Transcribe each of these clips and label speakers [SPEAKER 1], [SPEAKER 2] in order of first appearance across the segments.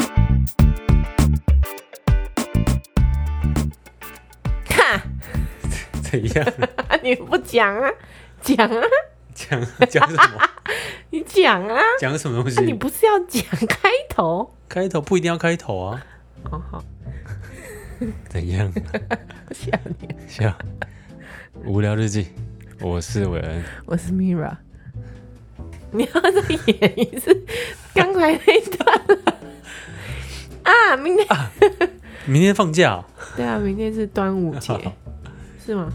[SPEAKER 1] 怎样？
[SPEAKER 2] 你不讲啊，讲啊，
[SPEAKER 1] 讲讲什么？
[SPEAKER 2] 你讲啊，
[SPEAKER 1] 讲什么东
[SPEAKER 2] 啊你
[SPEAKER 1] 西？
[SPEAKER 2] 不是要讲开头？
[SPEAKER 1] 开头不一定要开头啊？
[SPEAKER 2] 哦好，
[SPEAKER 1] 怎样？
[SPEAKER 2] 谢你，
[SPEAKER 1] 笑。无聊日记，我是韦恩。
[SPEAKER 2] 我是 Mira。你要再演一次刚才那一段了啊！明天
[SPEAKER 1] 明天放假哦、
[SPEAKER 2] 对啊，明天是端午节，是吗？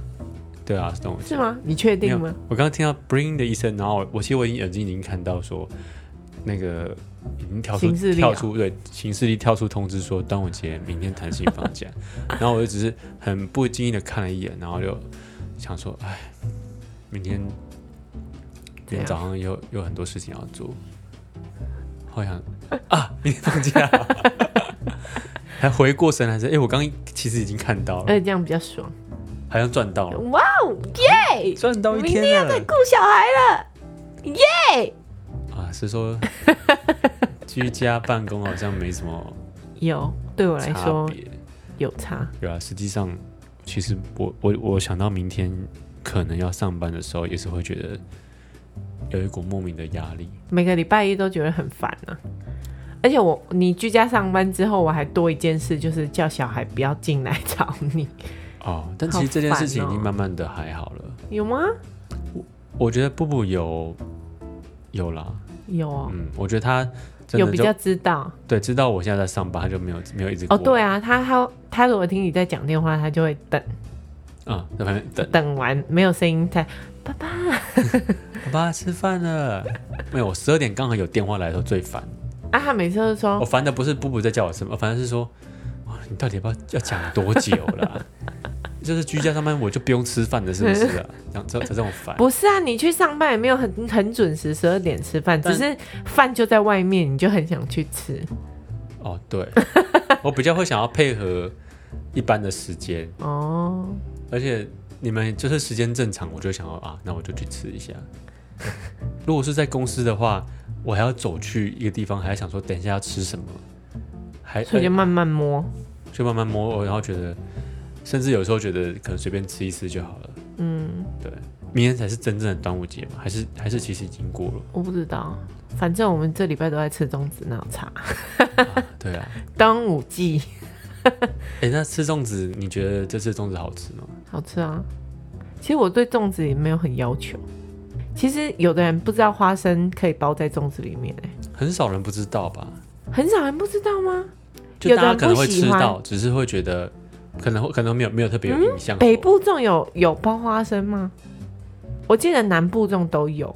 [SPEAKER 1] 对啊，是端午节
[SPEAKER 2] 是吗？你确
[SPEAKER 1] 没有
[SPEAKER 2] 定吗？
[SPEAKER 1] 我刚刚听到 “bring” 的一声，然后我我其实我已经眼睛已经看到说，那个已经跳出
[SPEAKER 2] 行事历啊
[SPEAKER 1] 跳出对行事历跳出通知说端午节明天弹性放 假，然后我就只是很不经意的看了一眼，然后就想说，哎，明天
[SPEAKER 2] 怎
[SPEAKER 1] 明天
[SPEAKER 2] 样
[SPEAKER 1] 早上有有很多事情要做，好 想啊，明天放假，还回过神来说，哎、我刚刚其实已经看到
[SPEAKER 2] 而
[SPEAKER 1] 了，
[SPEAKER 2] 且呃这样比较爽。
[SPEAKER 1] 好像赚到了，
[SPEAKER 2] 哇哦，耶！
[SPEAKER 1] 赚到一
[SPEAKER 2] 明
[SPEAKER 1] 天
[SPEAKER 2] 天要
[SPEAKER 1] 了
[SPEAKER 2] 再。顾小孩了，耶！
[SPEAKER 1] 啊，是说居家办公好像没什么
[SPEAKER 2] 有，对我来
[SPEAKER 1] 差
[SPEAKER 2] 说
[SPEAKER 1] 别，
[SPEAKER 2] 有差。
[SPEAKER 1] 对啊，实际上，其实我我我想到明天可能要上班的时候，也是会觉得有一股莫名的压力。
[SPEAKER 2] 每个礼拜一都觉得很烦啊。而且我你居家上班之后，我还多一件事，就是叫小孩不要进来找你，
[SPEAKER 1] 哦，但
[SPEAKER 2] 好
[SPEAKER 1] 其实这件事情已
[SPEAKER 2] 烦哦
[SPEAKER 1] 经慢慢的还好了。
[SPEAKER 2] 有吗？
[SPEAKER 1] 我觉得布布有有啦，
[SPEAKER 2] 有哦，
[SPEAKER 1] 嗯，我觉得他真
[SPEAKER 2] 有
[SPEAKER 1] 的
[SPEAKER 2] 比
[SPEAKER 1] 就
[SPEAKER 2] 较知道
[SPEAKER 1] 对，知道我现在在上班，他就没有没有一直
[SPEAKER 2] 哦。
[SPEAKER 1] 过
[SPEAKER 2] 对
[SPEAKER 1] 来，
[SPEAKER 2] 啊，他他他如果听你在讲电话，他就会等
[SPEAKER 1] 啊，那反正等
[SPEAKER 2] 等完没有声音才爸爸
[SPEAKER 1] 爸爸吃饭了， 没有，我十二点刚好有电话来的时候最烦。
[SPEAKER 2] 啊，他每次都
[SPEAKER 1] 我
[SPEAKER 2] 说
[SPEAKER 1] 哦烦的不是布布在叫我什么，哦反正是说，哇，你到底要不要要讲多久啦？ 就是居家上班，我就不用吃饭的，是不是啊？这样这这种烦，
[SPEAKER 2] 不是啊，你去上班也没有很很准时十二点吃饭，
[SPEAKER 1] 但
[SPEAKER 2] 只是饭就在外面，你就很想去吃
[SPEAKER 1] 哦，对， 我比较会想要配合一般的时间，
[SPEAKER 2] 哦。
[SPEAKER 1] 而且你们就是时间正常，我就想要啊，那我就去吃一下。 如果是在公司的话，我还要走去一个地方，还要想说等一下要吃什么，还哎
[SPEAKER 2] 所以就慢慢摸，
[SPEAKER 1] 就慢慢摸，然后觉得，甚至有时候觉得可能随便吃一吃就好了。
[SPEAKER 2] 嗯，
[SPEAKER 1] 对，明天才是真正的端午节嘛？还是还是其实已经过了？
[SPEAKER 2] 我不知道，反正我们这礼拜都在吃粽子，那有差。
[SPEAKER 1] 对啊，
[SPEAKER 2] 端午季，
[SPEAKER 1] 哎、那吃粽子，你觉得这次粽子好吃吗？
[SPEAKER 2] 好吃啊。其实我对粽子也没有很要求。其实有的人不知道花生可以包在粽子里面、欸，
[SPEAKER 1] 很少人不知道吧？
[SPEAKER 2] 很少人不知道吗？
[SPEAKER 1] 就
[SPEAKER 2] 有
[SPEAKER 1] 大
[SPEAKER 2] 的
[SPEAKER 1] 家
[SPEAKER 2] 人
[SPEAKER 1] 可能
[SPEAKER 2] 不
[SPEAKER 1] 会
[SPEAKER 2] 喜
[SPEAKER 1] 吃
[SPEAKER 2] 欢嗯
[SPEAKER 1] 到，只是会觉得可能会可能没有没有特别有印象、
[SPEAKER 2] 北部粽有有包花生吗？我记得南部粽都有，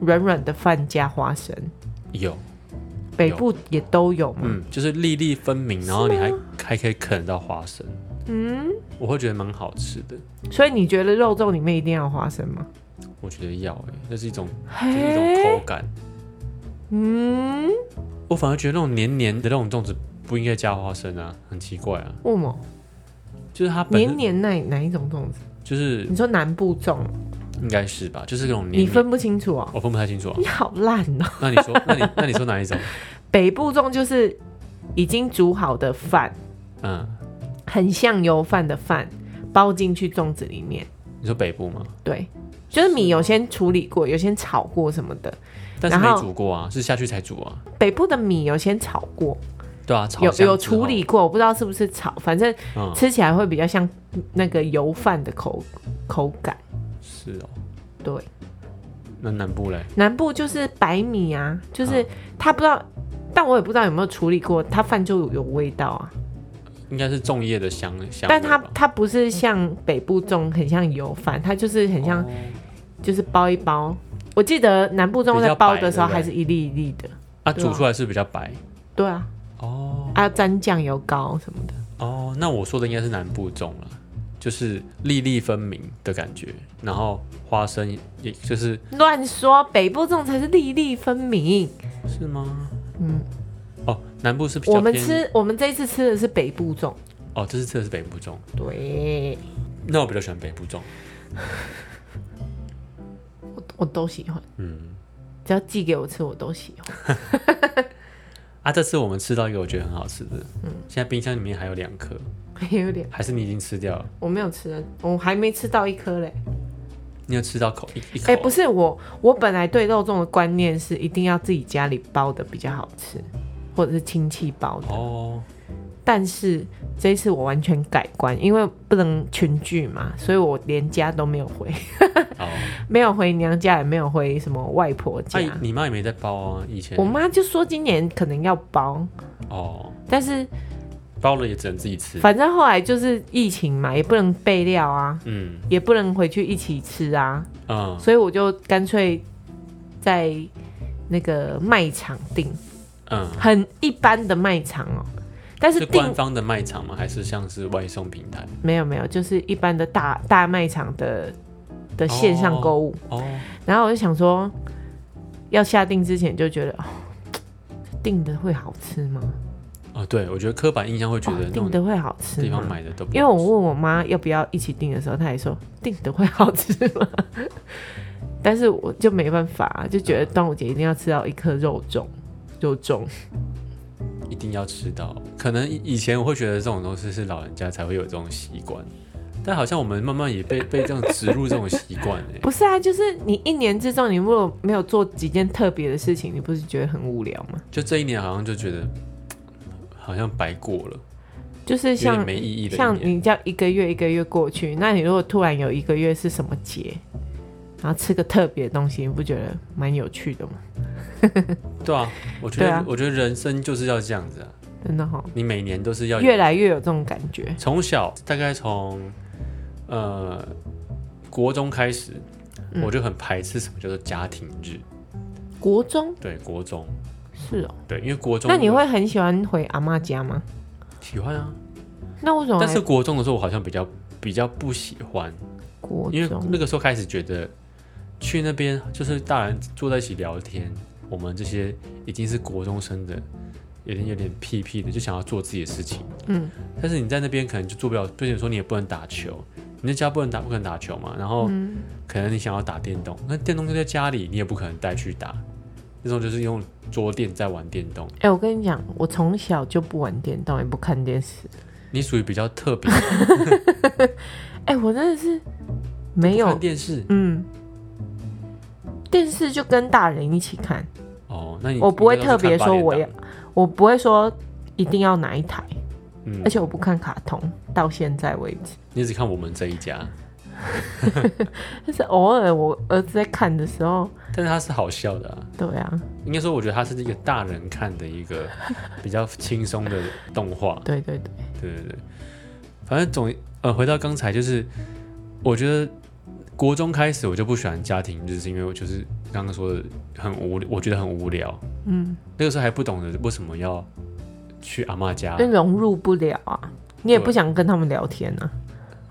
[SPEAKER 2] 软软的饭加花生，
[SPEAKER 1] 有，
[SPEAKER 2] 北部也都有吗？
[SPEAKER 1] 嗯，就是粒粒分明，然后你还还可以啃到花生，
[SPEAKER 2] 嗯，
[SPEAKER 1] 我会觉得蛮好吃的。
[SPEAKER 2] 所以你觉得肉粽里面一定要有花生吗？
[SPEAKER 1] 我觉得要哎、那是一种这是一种
[SPEAKER 2] 嘿，
[SPEAKER 1] 口感。
[SPEAKER 2] 嗯，
[SPEAKER 1] 我反而觉得那种黏黏的那种粽子不应该加花生啊，很奇怪啊。
[SPEAKER 2] 为什么？
[SPEAKER 1] 就是它本身
[SPEAKER 2] 黏黏哪哪一种粽子？
[SPEAKER 1] 就是
[SPEAKER 2] 你说南部粽，
[SPEAKER 1] 应该是吧，就是这种黏
[SPEAKER 2] 你
[SPEAKER 1] 黏
[SPEAKER 2] 分不清楚哦。
[SPEAKER 1] 我分不太清楚啊。
[SPEAKER 2] 你好烂哦！
[SPEAKER 1] 那你 说，那你那你说哪一种？
[SPEAKER 2] 北部粽就是已经煮好的饭，
[SPEAKER 1] 嗯，
[SPEAKER 2] 很像油饭的饭，包进去粽子里面。
[SPEAKER 1] 你说北部吗？
[SPEAKER 2] 对，就是米有先处理过，有先炒过什么的。
[SPEAKER 1] 但是
[SPEAKER 2] 然
[SPEAKER 1] 没
[SPEAKER 2] 后
[SPEAKER 1] 煮过啊，是下去才煮啊。
[SPEAKER 2] 北部的米有先炒过，
[SPEAKER 1] 对啊，炒
[SPEAKER 2] 有
[SPEAKER 1] 香
[SPEAKER 2] 有
[SPEAKER 1] 之后
[SPEAKER 2] 处理。过，我不知道是不是炒，反正
[SPEAKER 1] 嗯，
[SPEAKER 2] 吃起来会比较像那个油饭的口口感。
[SPEAKER 1] 是哦。
[SPEAKER 2] 对，
[SPEAKER 1] 那南部嘞？
[SPEAKER 2] 南部就是白米啊，就是
[SPEAKER 1] 嗯
[SPEAKER 2] 他不知道，但我也不知道有没有处理过，它饭就有味道啊。
[SPEAKER 1] 应该是粽叶的香香味吧。
[SPEAKER 2] 但它它不是像北部粽很像油饭，它就是很像
[SPEAKER 1] 哦
[SPEAKER 2] 就是包一包。我记得南部粽在包的时候
[SPEAKER 1] 比较白
[SPEAKER 2] 还是一粒一粒的。
[SPEAKER 1] 啊，
[SPEAKER 2] 对啊
[SPEAKER 1] 煮出来是比较白。
[SPEAKER 2] 对啊，
[SPEAKER 1] 哦
[SPEAKER 2] 还要沾酱油膏什么的。
[SPEAKER 1] 哦，那我说的应该是南部粽了，就是粒粒分明的感觉，然后花生也就是
[SPEAKER 2] 乱说，北部粽才是粒粒分明。
[SPEAKER 1] 是吗？
[SPEAKER 2] 嗯，
[SPEAKER 1] 哦，南部是比较
[SPEAKER 2] 我们
[SPEAKER 1] 偏
[SPEAKER 2] 吃我们这一次吃的是北部粽。
[SPEAKER 1] 哦，这是这是北部粽，
[SPEAKER 2] 对，
[SPEAKER 1] 那我比较喜欢北部粽。
[SPEAKER 2] 我我都喜欢，
[SPEAKER 1] 嗯，
[SPEAKER 2] 只要寄给我吃我都喜欢。
[SPEAKER 1] 啊，啊，这次我们吃到一个我觉得很好吃的，嗯，现在冰箱里面还有两颗，
[SPEAKER 2] 也 有点，
[SPEAKER 1] 还是你已经吃掉了？
[SPEAKER 2] 我没有吃，我还没吃到一颗嘞。
[SPEAKER 1] 你有吃到口一一口？
[SPEAKER 2] 哎、不是我，我本来对肉粽的观念是一定要自己家里包的比较好吃，或者是亲戚包的。
[SPEAKER 1] 哦，
[SPEAKER 2] 但是这一次我完全改观，因为不能群聚嘛，所以我连家都没有回，
[SPEAKER 1] 哦，
[SPEAKER 2] 没有回娘家，也没有回什么外婆家。
[SPEAKER 1] 哎、你妈也没在包啊，以前
[SPEAKER 2] 我妈就说今年可能要包，
[SPEAKER 1] 哦，
[SPEAKER 2] 但是
[SPEAKER 1] 包了也只能自己吃，
[SPEAKER 2] 反正后来就是疫情嘛，也不能备料啊，
[SPEAKER 1] 嗯
[SPEAKER 2] 也不能回去一起吃啊，
[SPEAKER 1] 嗯
[SPEAKER 2] 所以我就干脆在那个卖场订，
[SPEAKER 1] 嗯，
[SPEAKER 2] 很一般的卖场哦、但是
[SPEAKER 1] 是
[SPEAKER 2] 订
[SPEAKER 1] 官方的卖场吗？还是像是外送平台？
[SPEAKER 2] 没有没有，就是一般的大大卖场的的线上购物。
[SPEAKER 1] 哦，
[SPEAKER 2] 然后我就想说，要下定之前就觉得，哦，订的会好吃吗？
[SPEAKER 1] 哦，对，我觉得刻板印象会觉
[SPEAKER 2] 哦
[SPEAKER 1] 得那
[SPEAKER 2] 订
[SPEAKER 1] 种
[SPEAKER 2] 的会好吃
[SPEAKER 1] 地方
[SPEAKER 2] 吗？
[SPEAKER 1] 买的都不
[SPEAKER 2] 因为我问我妈要不要一起订的时候，她也说订的会好吃吗？ 但是我就没办法，就觉得端午节一定要吃到一颗肉粽，肉粽
[SPEAKER 1] 一定要吃到。可能以以前我会觉得这种东西是老人家才会有这种习惯，但好像我们慢慢也被被这样植入这种习惯哎。
[SPEAKER 2] 不是啊，就是你一年之中，你如果没有做几件特别的事情，你不是觉得很无聊吗？
[SPEAKER 1] 就这一年好像就觉得好像白过了，
[SPEAKER 2] 就是
[SPEAKER 1] 有点
[SPEAKER 2] 像
[SPEAKER 1] 没意义的一
[SPEAKER 2] 像
[SPEAKER 1] 年。
[SPEAKER 2] 你这样一个月一个月过去，那你如果突然有一个月是什么节，然后吃个特别的东西，你不觉得蛮有趣的吗？
[SPEAKER 1] 对啊，我觉得、
[SPEAKER 2] 对啊
[SPEAKER 1] 我觉得人生就是要这样子啊，
[SPEAKER 2] 真的哈、
[SPEAKER 1] 你每年都是要有
[SPEAKER 2] 越来越有这种感觉。
[SPEAKER 1] 从小大概从呃国中开始，
[SPEAKER 2] 嗯
[SPEAKER 1] 我就很排斥什么叫做家庭日。
[SPEAKER 2] 国中
[SPEAKER 1] 对，国中
[SPEAKER 2] 是哦，
[SPEAKER 1] 对，因为国中
[SPEAKER 2] 那你会很喜欢回阿妈家吗？
[SPEAKER 1] 喜欢啊，
[SPEAKER 2] 那为什么哦
[SPEAKER 1] 但
[SPEAKER 2] 还
[SPEAKER 1] 是国中的时候我好像比较比较不喜欢，
[SPEAKER 2] 国
[SPEAKER 1] 因为
[SPEAKER 2] 中
[SPEAKER 1] 那个时候开始觉得去那边就是大人坐在一起聊天，我们这些已经是国中生的，有点有点屁屁的，就想要做自己的事情。
[SPEAKER 2] 嗯，
[SPEAKER 1] 但是你在那边可能就做不了，并且说你也不能打球，你在家不能打，不可能打球嘛。然后
[SPEAKER 2] 嗯
[SPEAKER 1] 可能你想要打电动，那电动就在家里，你也不可能带去打。那时候就是用桌垫在玩电动，
[SPEAKER 2] 哎、我跟你讲，我从小就不玩电动，也不看电视。
[SPEAKER 1] 你属于比较特别，
[SPEAKER 2] 哎、我真的是没
[SPEAKER 1] 不
[SPEAKER 2] 有
[SPEAKER 1] 看，电视
[SPEAKER 2] 嗯，电视就跟大人一起看。
[SPEAKER 1] 哦。那你
[SPEAKER 2] 我不会
[SPEAKER 1] 应该都是
[SPEAKER 2] 特别
[SPEAKER 1] 看
[SPEAKER 2] 说
[SPEAKER 1] 八点
[SPEAKER 2] 我要
[SPEAKER 1] 档，
[SPEAKER 2] 我不会说一定要哪一台，
[SPEAKER 1] 嗯
[SPEAKER 2] 而，且我不看卡通，到现在为止，
[SPEAKER 1] 你只看我们这一家，
[SPEAKER 2] 就是偶尔我儿子在看的时候，
[SPEAKER 1] 但是它是好笑的啊。
[SPEAKER 2] 对啊，
[SPEAKER 1] 应该说，我觉得它是一个大人看的一个比较轻松的动画。
[SPEAKER 2] 对对对，
[SPEAKER 1] 对对对，反正总呃，回到刚才，就是我觉得国中开始我就不喜欢家庭日，是因为我就是刚刚说的很无，我觉得很无聊。
[SPEAKER 2] 嗯，
[SPEAKER 1] 那个时候还不懂得为什么要去阿嬷家
[SPEAKER 2] 就，融入不了啊，你也
[SPEAKER 1] 对
[SPEAKER 2] 不想跟他们聊天啊，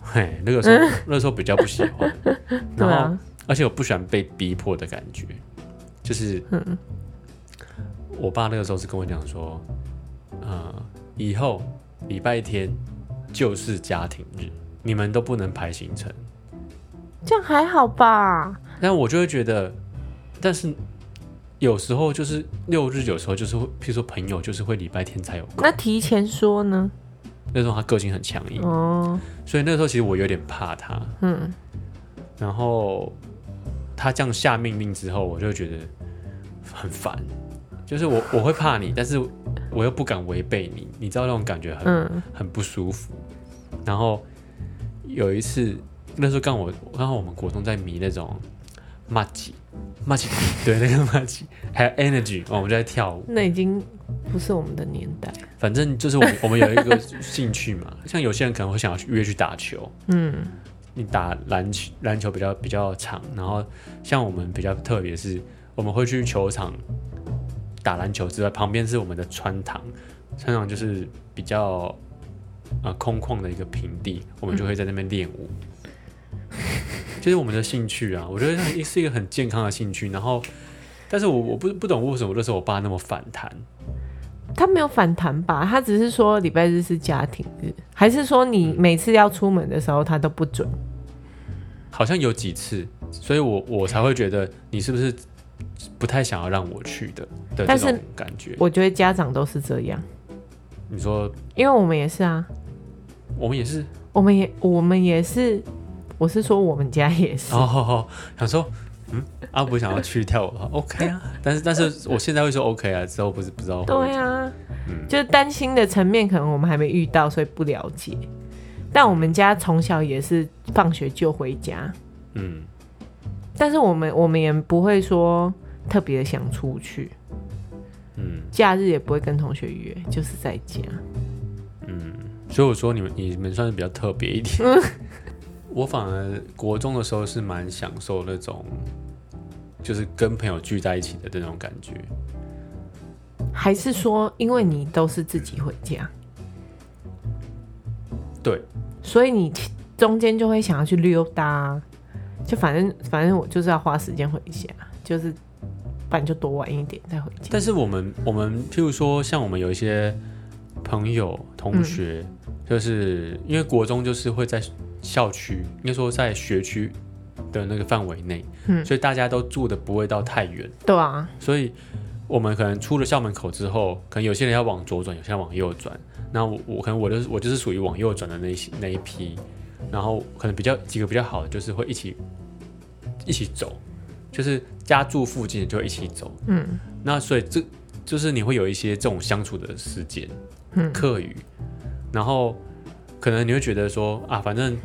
[SPEAKER 1] 嘿，那个 时候那个时候比较不喜欢，
[SPEAKER 2] 对
[SPEAKER 1] 然后
[SPEAKER 2] 啊，
[SPEAKER 1] 而且我不喜欢被逼迫的感觉，就是，
[SPEAKER 2] 嗯
[SPEAKER 1] 我爸那个时候是跟我讲说，呃，以后礼拜天就是家庭日，你们都不能排行程。
[SPEAKER 2] 这样还好吧？
[SPEAKER 1] 但我就会觉得，但是有时候就是六日，有时候就是会，譬如说朋友就是会礼拜天才有空
[SPEAKER 2] 那。提前说呢？
[SPEAKER 1] 那时候他个性很强硬，
[SPEAKER 2] 哦，
[SPEAKER 1] 所以那时候其实我有点怕他。
[SPEAKER 2] 嗯，
[SPEAKER 1] 然后他这样下命令之后，我就觉得很烦，就是我我会怕你，但是我又不敢违背你，你知道那种感觉很、
[SPEAKER 2] 嗯
[SPEAKER 1] 很不舒服。然后有一次，那时候刚我刚好我们国中在迷那种马吉马吉， 对那个马吉，还有 energy，哦我们就在跳舞，
[SPEAKER 2] 那已经不是我们的年代，
[SPEAKER 1] 反正就是我们我们有一个兴趣嘛，像有些人可能会想要去约去打球，
[SPEAKER 2] 嗯，
[SPEAKER 1] 你打篮球篮球比较比较长，然后像我们比较特别是，我们会去球场打篮球之外，旁边是我们的穿堂，穿堂就是比较呃空旷的一个平地，我们就会在那边练舞。就是我们的兴趣啊，我觉得是是一个很健康的兴趣。然后，但是我我不不懂为什么那时候我爸那么反弹，
[SPEAKER 2] 他没有反弹吧？他只是说礼拜日是家庭日，还是说你每次要出门的时候他都不准？
[SPEAKER 1] 好像有几次，所以我我才会觉得你是不是不太想要让我去的的
[SPEAKER 2] 但
[SPEAKER 1] 这
[SPEAKER 2] 是
[SPEAKER 1] 种感觉。
[SPEAKER 2] 我觉得家长都是这样，
[SPEAKER 1] 你说
[SPEAKER 2] 因为我们也是啊，
[SPEAKER 1] 我们也是，
[SPEAKER 2] 我们也我们也是，我是说我们家也是，
[SPEAKER 1] 然后哦想说，嗯，阿不想要去跳舞，OK 啊，但是但是我现在会说 OK 啊，之后不是不知道会
[SPEAKER 2] 对啊，
[SPEAKER 1] 嗯
[SPEAKER 2] 就是担心的层面可能我们还没遇到，所以不了解。但我们家从小也是放学就回家，
[SPEAKER 1] 嗯
[SPEAKER 2] 但是我们我们也不会说特别想出去，
[SPEAKER 1] 嗯
[SPEAKER 2] 假日也不会跟同学约，就是在家。
[SPEAKER 1] 嗯，所以我说你们你们算是比较特别一点。
[SPEAKER 2] 嗯
[SPEAKER 1] 我反而国中的时候是蛮享受那种，就是跟朋友聚在一起的这种感觉。
[SPEAKER 2] 还是说，因为你都是自己回家，
[SPEAKER 1] 对，
[SPEAKER 2] 所以你其中间就会想要去溜达啊，就反正反正我就是要花时间回家，就是不然就多玩一点再回家。
[SPEAKER 1] 但是我们我们譬如说，像我们有一些朋友同学，就是因为国中就是会在校区，应该说在学区的那个范围内，
[SPEAKER 2] 嗯
[SPEAKER 1] 所以大家都住的不会到太远，
[SPEAKER 2] 对啊，
[SPEAKER 1] 所以我们可能出了校门口之后，可能有些人要往左转，有些人往右转。那我我可能我就是我就是属于往右转的那一些那一批，然后可能比较几个比较好的就是会一起一起走，就是家住附近就一起走，
[SPEAKER 2] 嗯，
[SPEAKER 1] 那所以这就是你会有一些这种相处的时间，
[SPEAKER 2] 嗯
[SPEAKER 1] 课余，然后可能你会觉得说啊，反正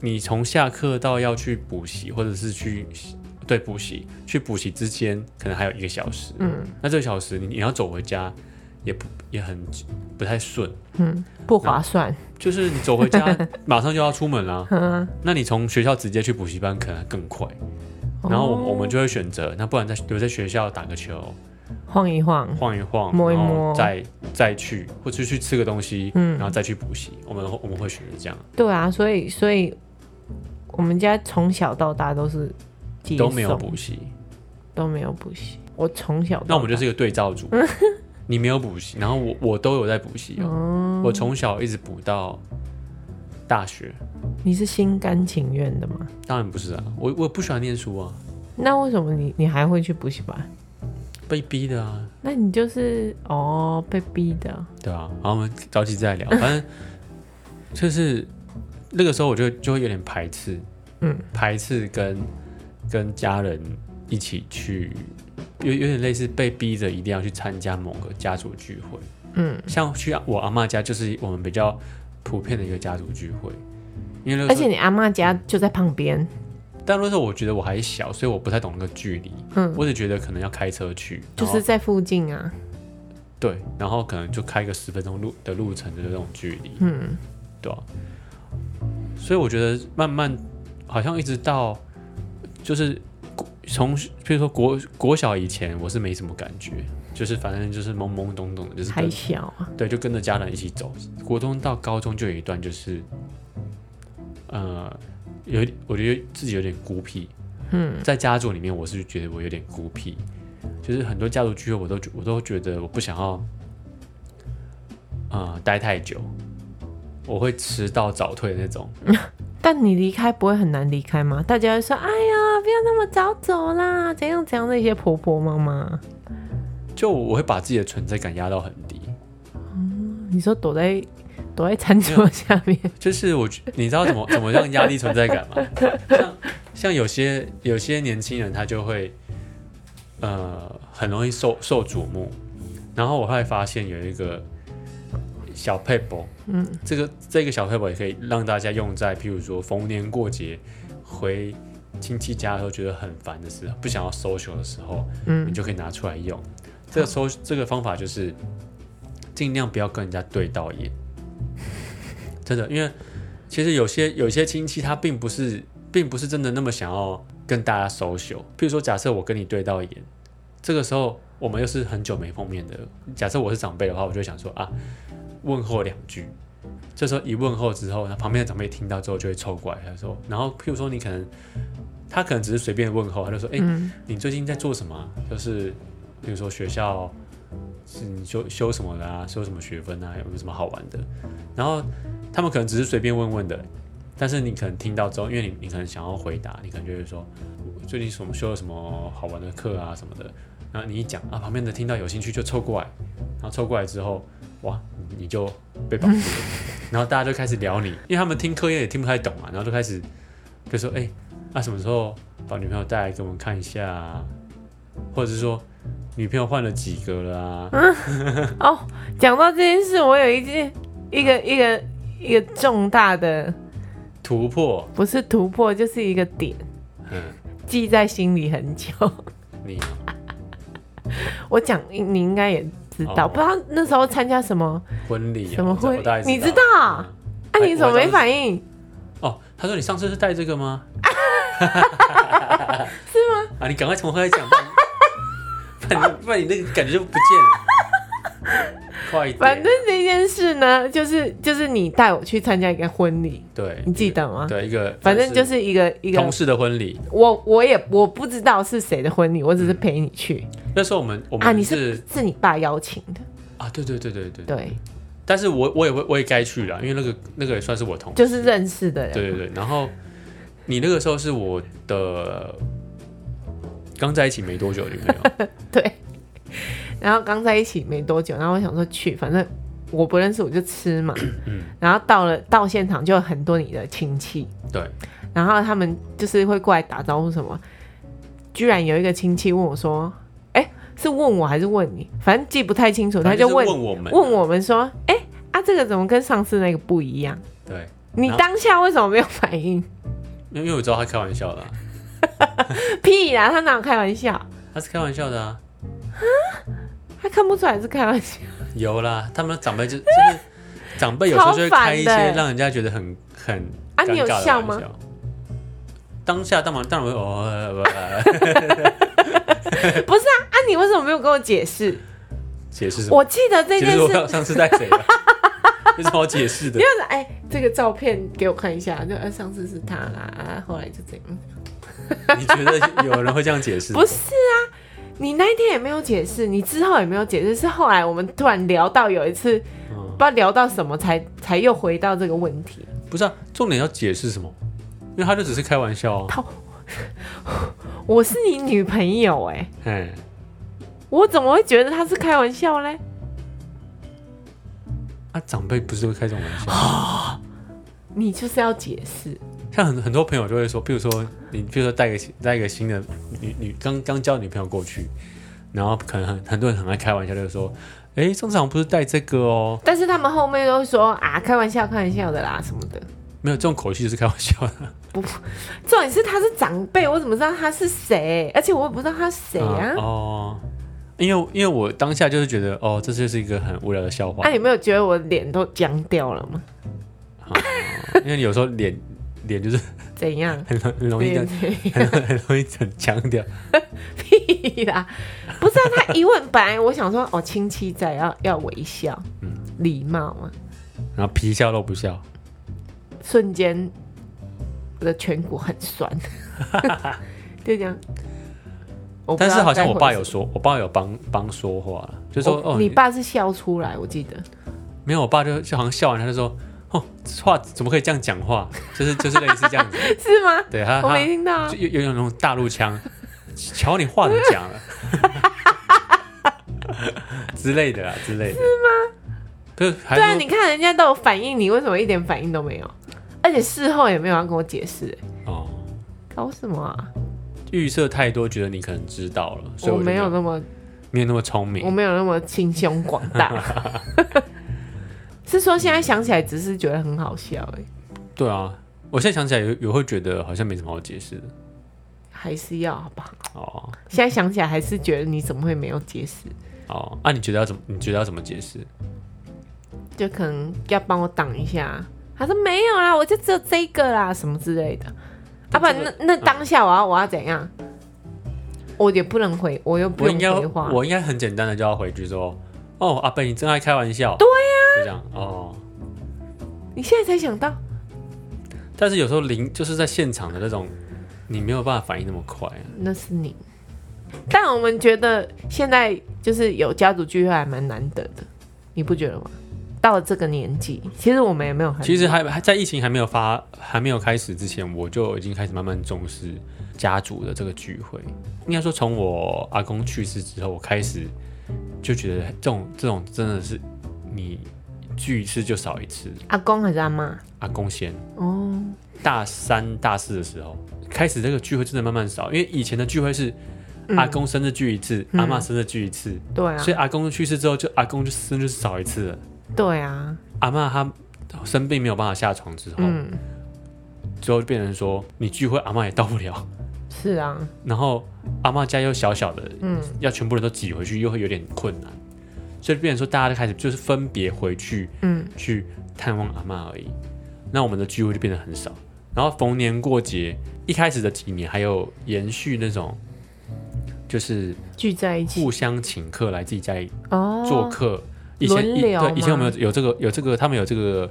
[SPEAKER 1] 你从下课到要去补习，或者是去对补习，去补习之间可能还有一个小时，
[SPEAKER 2] 嗯，
[SPEAKER 1] 那这个小时你你要走回家也不也很不太顺，
[SPEAKER 2] 不划算。
[SPEAKER 1] 就是你走回 家马上就要出门啦、
[SPEAKER 2] 嗯
[SPEAKER 1] 那你从学校直接去补习班可能更快，然后我们
[SPEAKER 2] 哦
[SPEAKER 1] 我们就会选择，那不然在留在学校打个球。
[SPEAKER 2] 哦晃一晃，
[SPEAKER 1] 晃一晃，
[SPEAKER 2] 摸一
[SPEAKER 1] 然后
[SPEAKER 2] 摸
[SPEAKER 1] 再再去，或者去吃个东西，
[SPEAKER 2] 嗯
[SPEAKER 1] 然后再去补习。我们我们会选择这样，
[SPEAKER 2] 对啊，所以所以我们家从小到大都是接
[SPEAKER 1] 都没有
[SPEAKER 2] 送
[SPEAKER 1] 补习。
[SPEAKER 2] 都没有补习，我从小
[SPEAKER 1] 那我们就是是一个对 照组，你没有补习，然后我我都有在补习哦。
[SPEAKER 2] 哦，
[SPEAKER 1] 我从小一直补到大学，
[SPEAKER 2] 你是心甘情愿的吗？
[SPEAKER 1] 当然不是啊，我我不喜欢念书啊，
[SPEAKER 2] 那为什么你你还会去补习班？
[SPEAKER 1] 被逼的啊，
[SPEAKER 2] 那你就是哦被逼的，
[SPEAKER 1] 对啊。然后我们早起 再聊，反正就是那个时候我就就会有点排斥，
[SPEAKER 2] 嗯，
[SPEAKER 1] 排斥跟跟家人一起去，有有点类似被逼着一定要去参加某个家族聚会。
[SPEAKER 2] 嗯，
[SPEAKER 1] 像去我阿妈家就是我们比较普遍的一个家族聚会，因为那
[SPEAKER 2] 而
[SPEAKER 1] 个时
[SPEAKER 2] 且
[SPEAKER 1] 候，
[SPEAKER 2] 你阿妈家就在旁边，
[SPEAKER 1] 哦但那时候我觉得我还小，所以我不太懂那个距离，
[SPEAKER 2] 嗯，
[SPEAKER 1] 我只觉得可能要开车去，
[SPEAKER 2] 就
[SPEAKER 1] 然后
[SPEAKER 2] 是在附近啊，
[SPEAKER 1] 对，然后可能就开个十分钟路的路程的那种距离，
[SPEAKER 2] 嗯，
[SPEAKER 1] 对啊，所以我觉得慢慢好像一直到就是国从比如说国国小以前，我是没什么感觉，就是反正就是懵懵懂懂的，就是
[SPEAKER 2] 还
[SPEAKER 1] 跟
[SPEAKER 2] 小啊，
[SPEAKER 1] 对，就跟着家人一起走。国中到高中就有一段就是，呃，有一我觉得自己有点孤僻，
[SPEAKER 2] 嗯，
[SPEAKER 1] 在家族里面我是觉得我有点孤僻，就是很多家族聚会我都觉我都觉得我不想要，呃，待太久，我会迟到早退的那种。
[SPEAKER 2] 但你离开不会很难离开吗？大家会说，哎呀，不要那么早走啦，怎样怎样那些婆婆妈妈，
[SPEAKER 1] 就我会把自己的存在感压到很低，
[SPEAKER 2] 你说躲在躲在餐桌下面，
[SPEAKER 1] 就是我觉，你知道怎么怎么让压低存在感吗？像像有些有些年轻人他就会，呃，很容易受受瞩目。然后我后来发现有一个小 p a 嗯，这个这个小 p a 也可以让大家用在，譬如说逢年过节回亲戚家的时候觉得很烦的时候，不想要 social 的时候，
[SPEAKER 2] 嗯
[SPEAKER 1] 你就可以拿出来用。这个搜这个方法就是尽量不要跟人家对到眼，真的，因为其实有些有些亲戚他并不是并不是真的那么想要跟大家 social。譬如说，假设我跟你对到眼，这个时候我们又是很久没碰面的，假设我是长辈的话，我就会想说啊，问候两句。这时候一问候之后，那旁边的长辈听到之后就会凑过来，他说，然后譬如说你可能他可能只是随便问候，他就说，哎、
[SPEAKER 2] 嗯
[SPEAKER 1] 你最近在做什么啊？就是比如说学校是你修修什么的啊，修什么学分啊，有没有什么好玩的？然后他们可能只是随便问问的，但是你可能听到之后，因为你你可能想要回答，你可能就会说我最近什么修了什么好玩的课啊什么的，然后你一讲啊，旁边的听到有兴趣就凑过来，然后凑过来之后，哇，你就被绑住了，然后大家就开始聊你，因为他们听科研也听不太懂啊嘛，然后就开始就说，哎、那、什么时候把女朋友带来给我们看一下、啊，或者是说女朋友换了几个了啊？
[SPEAKER 2] 哦，讲到这件事，我有一件一个一个一个重大的，
[SPEAKER 1] 突破，
[SPEAKER 2] 不是突破，就是一个点，
[SPEAKER 1] 嗯，
[SPEAKER 2] 记在心里很久。
[SPEAKER 1] 你
[SPEAKER 2] 我讲你应该也知道，
[SPEAKER 1] 哦
[SPEAKER 2] 不知道那时候参加什么
[SPEAKER 1] 婚礼、啊、
[SPEAKER 2] 什么
[SPEAKER 1] 我
[SPEAKER 2] 会
[SPEAKER 1] 我大概，
[SPEAKER 2] 你知道？
[SPEAKER 1] 嗯
[SPEAKER 2] 啊，你怎么没
[SPEAKER 1] 我还
[SPEAKER 2] 反应？
[SPEAKER 1] 哦，他说你上次是带这个吗？ 是吗？啊，你赶快从头开始讲，不然 你不然你那个感觉就不见 了。快一点，
[SPEAKER 2] 反正这件事呢，就是就是你带我去参加一个婚礼，
[SPEAKER 1] 对
[SPEAKER 2] 你记得吗？
[SPEAKER 1] 对一个，
[SPEAKER 2] 反正就是一个一个
[SPEAKER 1] 同，事的婚礼。
[SPEAKER 2] 我我也我不知道是谁的婚礼，我只是陪你去
[SPEAKER 1] 那时候我们嗯我们
[SPEAKER 2] 啊，你是
[SPEAKER 1] 是
[SPEAKER 2] 是你爸邀请的，
[SPEAKER 1] 啊，对对对对对。
[SPEAKER 2] 对，
[SPEAKER 1] 但是我我也会我也该去了，因为那个那个也算是我同事。
[SPEAKER 2] 就是认识的人，
[SPEAKER 1] 对对对，然后你那个时候是我的刚在一起没多久的女朋 友，
[SPEAKER 2] 对，然后刚在一起没多久，然后我想说去，反正我不认识我就吃嘛。
[SPEAKER 1] 嗯
[SPEAKER 2] 然后到了到现场就有很多你的亲戚，
[SPEAKER 1] 对，
[SPEAKER 2] 然后他们就是会过来打招呼什么。居然有一个亲戚问我说：“哎、是问我还是问你？反正记不太清楚。”他
[SPEAKER 1] 反正
[SPEAKER 2] 就是问
[SPEAKER 1] 问我们
[SPEAKER 2] 问我们说：“哎、啊，这个怎么跟上次那个不一样？
[SPEAKER 1] 对，
[SPEAKER 2] 你
[SPEAKER 1] 然后
[SPEAKER 2] 当下为什么没有反应？
[SPEAKER 1] 因为我知道他开玩笑的啊、
[SPEAKER 2] 屁啦，他哪有开玩笑？
[SPEAKER 1] 他是开玩笑的啊。
[SPEAKER 2] 他看不出来是开玩笑。
[SPEAKER 1] 有啦，他们长辈就就是长辈有时候就会开一
[SPEAKER 2] 超烦
[SPEAKER 1] 些
[SPEAKER 2] 的
[SPEAKER 1] 让人家觉得很很
[SPEAKER 2] 啊
[SPEAKER 1] 尴
[SPEAKER 2] 你有
[SPEAKER 1] 尬的
[SPEAKER 2] 笑
[SPEAKER 1] 玩
[SPEAKER 2] 吗
[SPEAKER 1] 笑？当下当然当然会哦， 呃呃
[SPEAKER 2] 不是啊，啊，你为什么没有跟我解释？
[SPEAKER 1] 解释什么？
[SPEAKER 2] 我记得这
[SPEAKER 1] 解
[SPEAKER 2] 件
[SPEAKER 1] 释
[SPEAKER 2] 事
[SPEAKER 1] 我 上次带谁了？有什么好解释的
[SPEAKER 2] 因？为哎、这个照片给我看一下，就呃上次是他啦，啊后来就这样。
[SPEAKER 1] 你觉得有人会这样解释吗？
[SPEAKER 2] 不是啊，你那一天也没有解释，你之后也没有解释，是后来我们突然聊到有一次，不
[SPEAKER 1] 嗯
[SPEAKER 2] 知道聊到什么才才又回到这个问题。
[SPEAKER 1] 不是啊，重点要解释什么？因为他就只是开玩笑啊。
[SPEAKER 2] 我是你女朋友哎、
[SPEAKER 1] 哎，
[SPEAKER 2] 我怎么会觉得他是开玩笑嘞？
[SPEAKER 1] 啊，长辈不是会开这种玩笑？
[SPEAKER 2] 你就是要解释，
[SPEAKER 1] 像很很多朋友就会说，比如说你，比如说带个带一个新的女女刚刚交女朋友过去，然后可能很很多人很爱开玩笑，就是说，哎，上次好像不是带这个哦，
[SPEAKER 2] 但是他们后面都说啊，开玩笑，开玩笑的啦什么的。
[SPEAKER 1] 没有这种口气就是开玩 笑的。
[SPEAKER 2] 重点是他是长辈，我怎么知道他是谁？而且我也不知道他是谁啊。
[SPEAKER 1] 嗯 哦，因为因为我当下就是觉得，哦，这就是一个很无聊的笑话
[SPEAKER 2] 啊那、，你没有觉得我脸都僵掉了吗？
[SPEAKER 1] 因为有时候脸脸就是
[SPEAKER 2] 怎样？
[SPEAKER 1] 很容很容易这样
[SPEAKER 2] 屁
[SPEAKER 1] 很容很容易很强调，
[SPEAKER 2] 屁 啦！不是啊，他一问，本来我想说，哦，亲戚在，要要微笑，
[SPEAKER 1] 嗯
[SPEAKER 2] 礼貌嘛。
[SPEAKER 1] 然后皮笑肉不笑。
[SPEAKER 2] 瞬间，我的颧骨很 酸，就这样。我不知
[SPEAKER 1] 但
[SPEAKER 2] 道
[SPEAKER 1] 是好像我爸
[SPEAKER 2] 该
[SPEAKER 1] 有
[SPEAKER 2] 回什
[SPEAKER 1] 说，我爸有帮帮说话了，就
[SPEAKER 2] 么，
[SPEAKER 1] 说
[SPEAKER 2] 我
[SPEAKER 1] 哦，
[SPEAKER 2] 你爸是笑出来，我记得。
[SPEAKER 1] 没有，我爸就就好像笑完，他就说：“哦，话怎么可以这样讲话？就是就是类似 这样子。
[SPEAKER 2] 是吗？
[SPEAKER 1] 对”他
[SPEAKER 2] 我
[SPEAKER 1] 他
[SPEAKER 2] 没听到啊
[SPEAKER 1] 就，有有有那种大陆腔，瞧你话怎么讲了 之类的啊之类的。是吗？可是还
[SPEAKER 2] 对啊，
[SPEAKER 1] 是
[SPEAKER 2] 你看人家都有反应，你为什么一点反应都没有？而且事后也没有要跟我解释、欸
[SPEAKER 1] 说哦，
[SPEAKER 2] 搞什么啊？
[SPEAKER 1] 预设太多，觉得你可能知道了，所以
[SPEAKER 2] 我
[SPEAKER 1] 就没
[SPEAKER 2] 没有那么
[SPEAKER 1] 没有那么聪
[SPEAKER 2] 我
[SPEAKER 1] 明。
[SPEAKER 2] 没有那么清胸广大， 是说现在想起来只是觉得很好笑哎、
[SPEAKER 1] 对啊，我现在想起来有有会觉得好像没什么好解释的
[SPEAKER 2] 还是要好吧？
[SPEAKER 1] 哦
[SPEAKER 2] 现在想起来还是觉得你怎么会没有解释？
[SPEAKER 1] 哦。那、你觉得要怎么？你觉得要怎么解释？
[SPEAKER 2] 就可能要帮我挡一下。他说没有啦，我就只有这个啦，什么之类的。啊
[SPEAKER 1] 但
[SPEAKER 2] 不然
[SPEAKER 1] 这
[SPEAKER 2] 那
[SPEAKER 1] 个
[SPEAKER 2] 那当下我要、我要怎样？我也不能回，我又不
[SPEAKER 1] 我应该
[SPEAKER 2] 能回话。
[SPEAKER 1] 我应该很简单的就要回句说，哦，阿贝你真爱开玩笑。对呀、就这样哦。
[SPEAKER 2] 你现在才想到，
[SPEAKER 1] 但是有时候零就是在现场的那种，你没有办法反应那么快、啊。
[SPEAKER 2] 那是你。但我们觉得现在就是有家族聚会还蛮难得的，你不觉得吗？到了这个年纪，其实我们也没有很，
[SPEAKER 1] 其实还还在疫情还没有发还没有开始之前，我就已经开始慢慢重视家族的这个聚会。应该说，从我阿公去世之后，我开始就觉得这种这种真的是你聚一次就少一次。
[SPEAKER 2] 阿公还是阿妈
[SPEAKER 1] 阿公先
[SPEAKER 2] 哦，
[SPEAKER 1] 大三大四的时候开始，这个聚会真的慢慢少，因为以前的聚会是
[SPEAKER 2] 嗯
[SPEAKER 1] 阿公生日聚一次，
[SPEAKER 2] 嗯
[SPEAKER 1] 阿妈生日聚一次，
[SPEAKER 2] 对啊
[SPEAKER 1] 所，以阿公去世之后就阿公就生日少一次了。
[SPEAKER 2] 对啊，
[SPEAKER 1] 阿妈她生病没有办法下床之后，
[SPEAKER 2] 嗯，
[SPEAKER 1] 之后就变成说你聚会阿妈也到不了，
[SPEAKER 2] 是啊，
[SPEAKER 1] 然后阿妈家又小小的，
[SPEAKER 2] 嗯，
[SPEAKER 1] 要全部人都挤回去又会有点困难，所以变成说大家就开始就是分别回去
[SPEAKER 2] 嗯，
[SPEAKER 1] 去探望阿妈而已。那我们的聚会就变得很少，然后逢年过节一开始的几年还有延续那种。就是
[SPEAKER 2] 聚在一起
[SPEAKER 1] 互相请客来自己家里
[SPEAKER 2] 哦，
[SPEAKER 1] 做客，以前
[SPEAKER 2] 轮
[SPEAKER 1] 以
[SPEAKER 2] 流
[SPEAKER 1] 对以前我
[SPEAKER 2] 吗
[SPEAKER 1] 们有有这个有这个他们有这个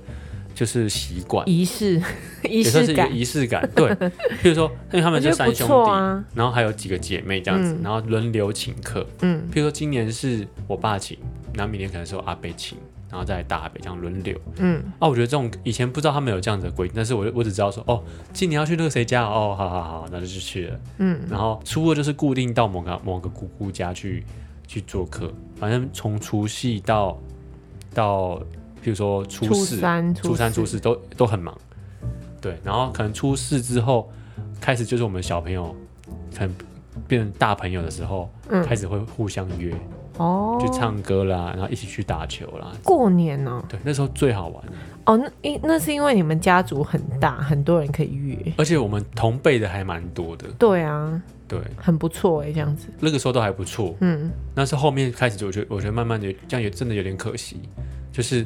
[SPEAKER 1] 就是习惯，
[SPEAKER 2] 仪式仪
[SPEAKER 1] 也算是
[SPEAKER 2] 式
[SPEAKER 1] 一个
[SPEAKER 2] 感，
[SPEAKER 1] 仪式感。对， 比如说，因为他
[SPEAKER 2] 我
[SPEAKER 1] 们
[SPEAKER 2] 觉
[SPEAKER 1] 就
[SPEAKER 2] 得不
[SPEAKER 1] 三兄
[SPEAKER 2] 错
[SPEAKER 1] 弟，
[SPEAKER 2] 啊，
[SPEAKER 1] 然后还有几个姐妹这样子，
[SPEAKER 2] 嗯
[SPEAKER 1] 然后轮流请客。
[SPEAKER 2] 嗯
[SPEAKER 1] 譬如说今年是我爸请，然后明年可能是我阿伯请，然后再大阿伯这样轮流。
[SPEAKER 2] 嗯，
[SPEAKER 1] 啊，我觉得这种以前不知道他们有这样子的规定，但是我我只知道说，哦，今年要去那个谁家，哦，好好好，那就去去了。
[SPEAKER 2] 嗯，
[SPEAKER 1] 然后初二就是固定到某个某个姑姑家去去做客，反正从除夕到到譬如说初
[SPEAKER 2] 初
[SPEAKER 1] 四，
[SPEAKER 2] 三
[SPEAKER 1] 初三、初
[SPEAKER 2] 四
[SPEAKER 1] 四都都很忙，对，然后可能初四之后开始就是我们小朋友可能变成大朋友的时候，
[SPEAKER 2] 嗯
[SPEAKER 1] 开始会互相约
[SPEAKER 2] 哦，
[SPEAKER 1] 去唱歌啦，然后一起去打球啦，
[SPEAKER 2] 过年呢、
[SPEAKER 1] 对，那时候最好玩，
[SPEAKER 2] 哦，那因那是因为你们家族很大，很多人可以约。
[SPEAKER 1] 而且我们同辈的还蛮多的，
[SPEAKER 2] 对啊，
[SPEAKER 1] 对，
[SPEAKER 2] 很不错哎、这样子。
[SPEAKER 1] 那个时候都还不错，
[SPEAKER 2] 嗯
[SPEAKER 1] 但是后面开始就我觉得我觉得慢慢的这样也真的有点可惜，就是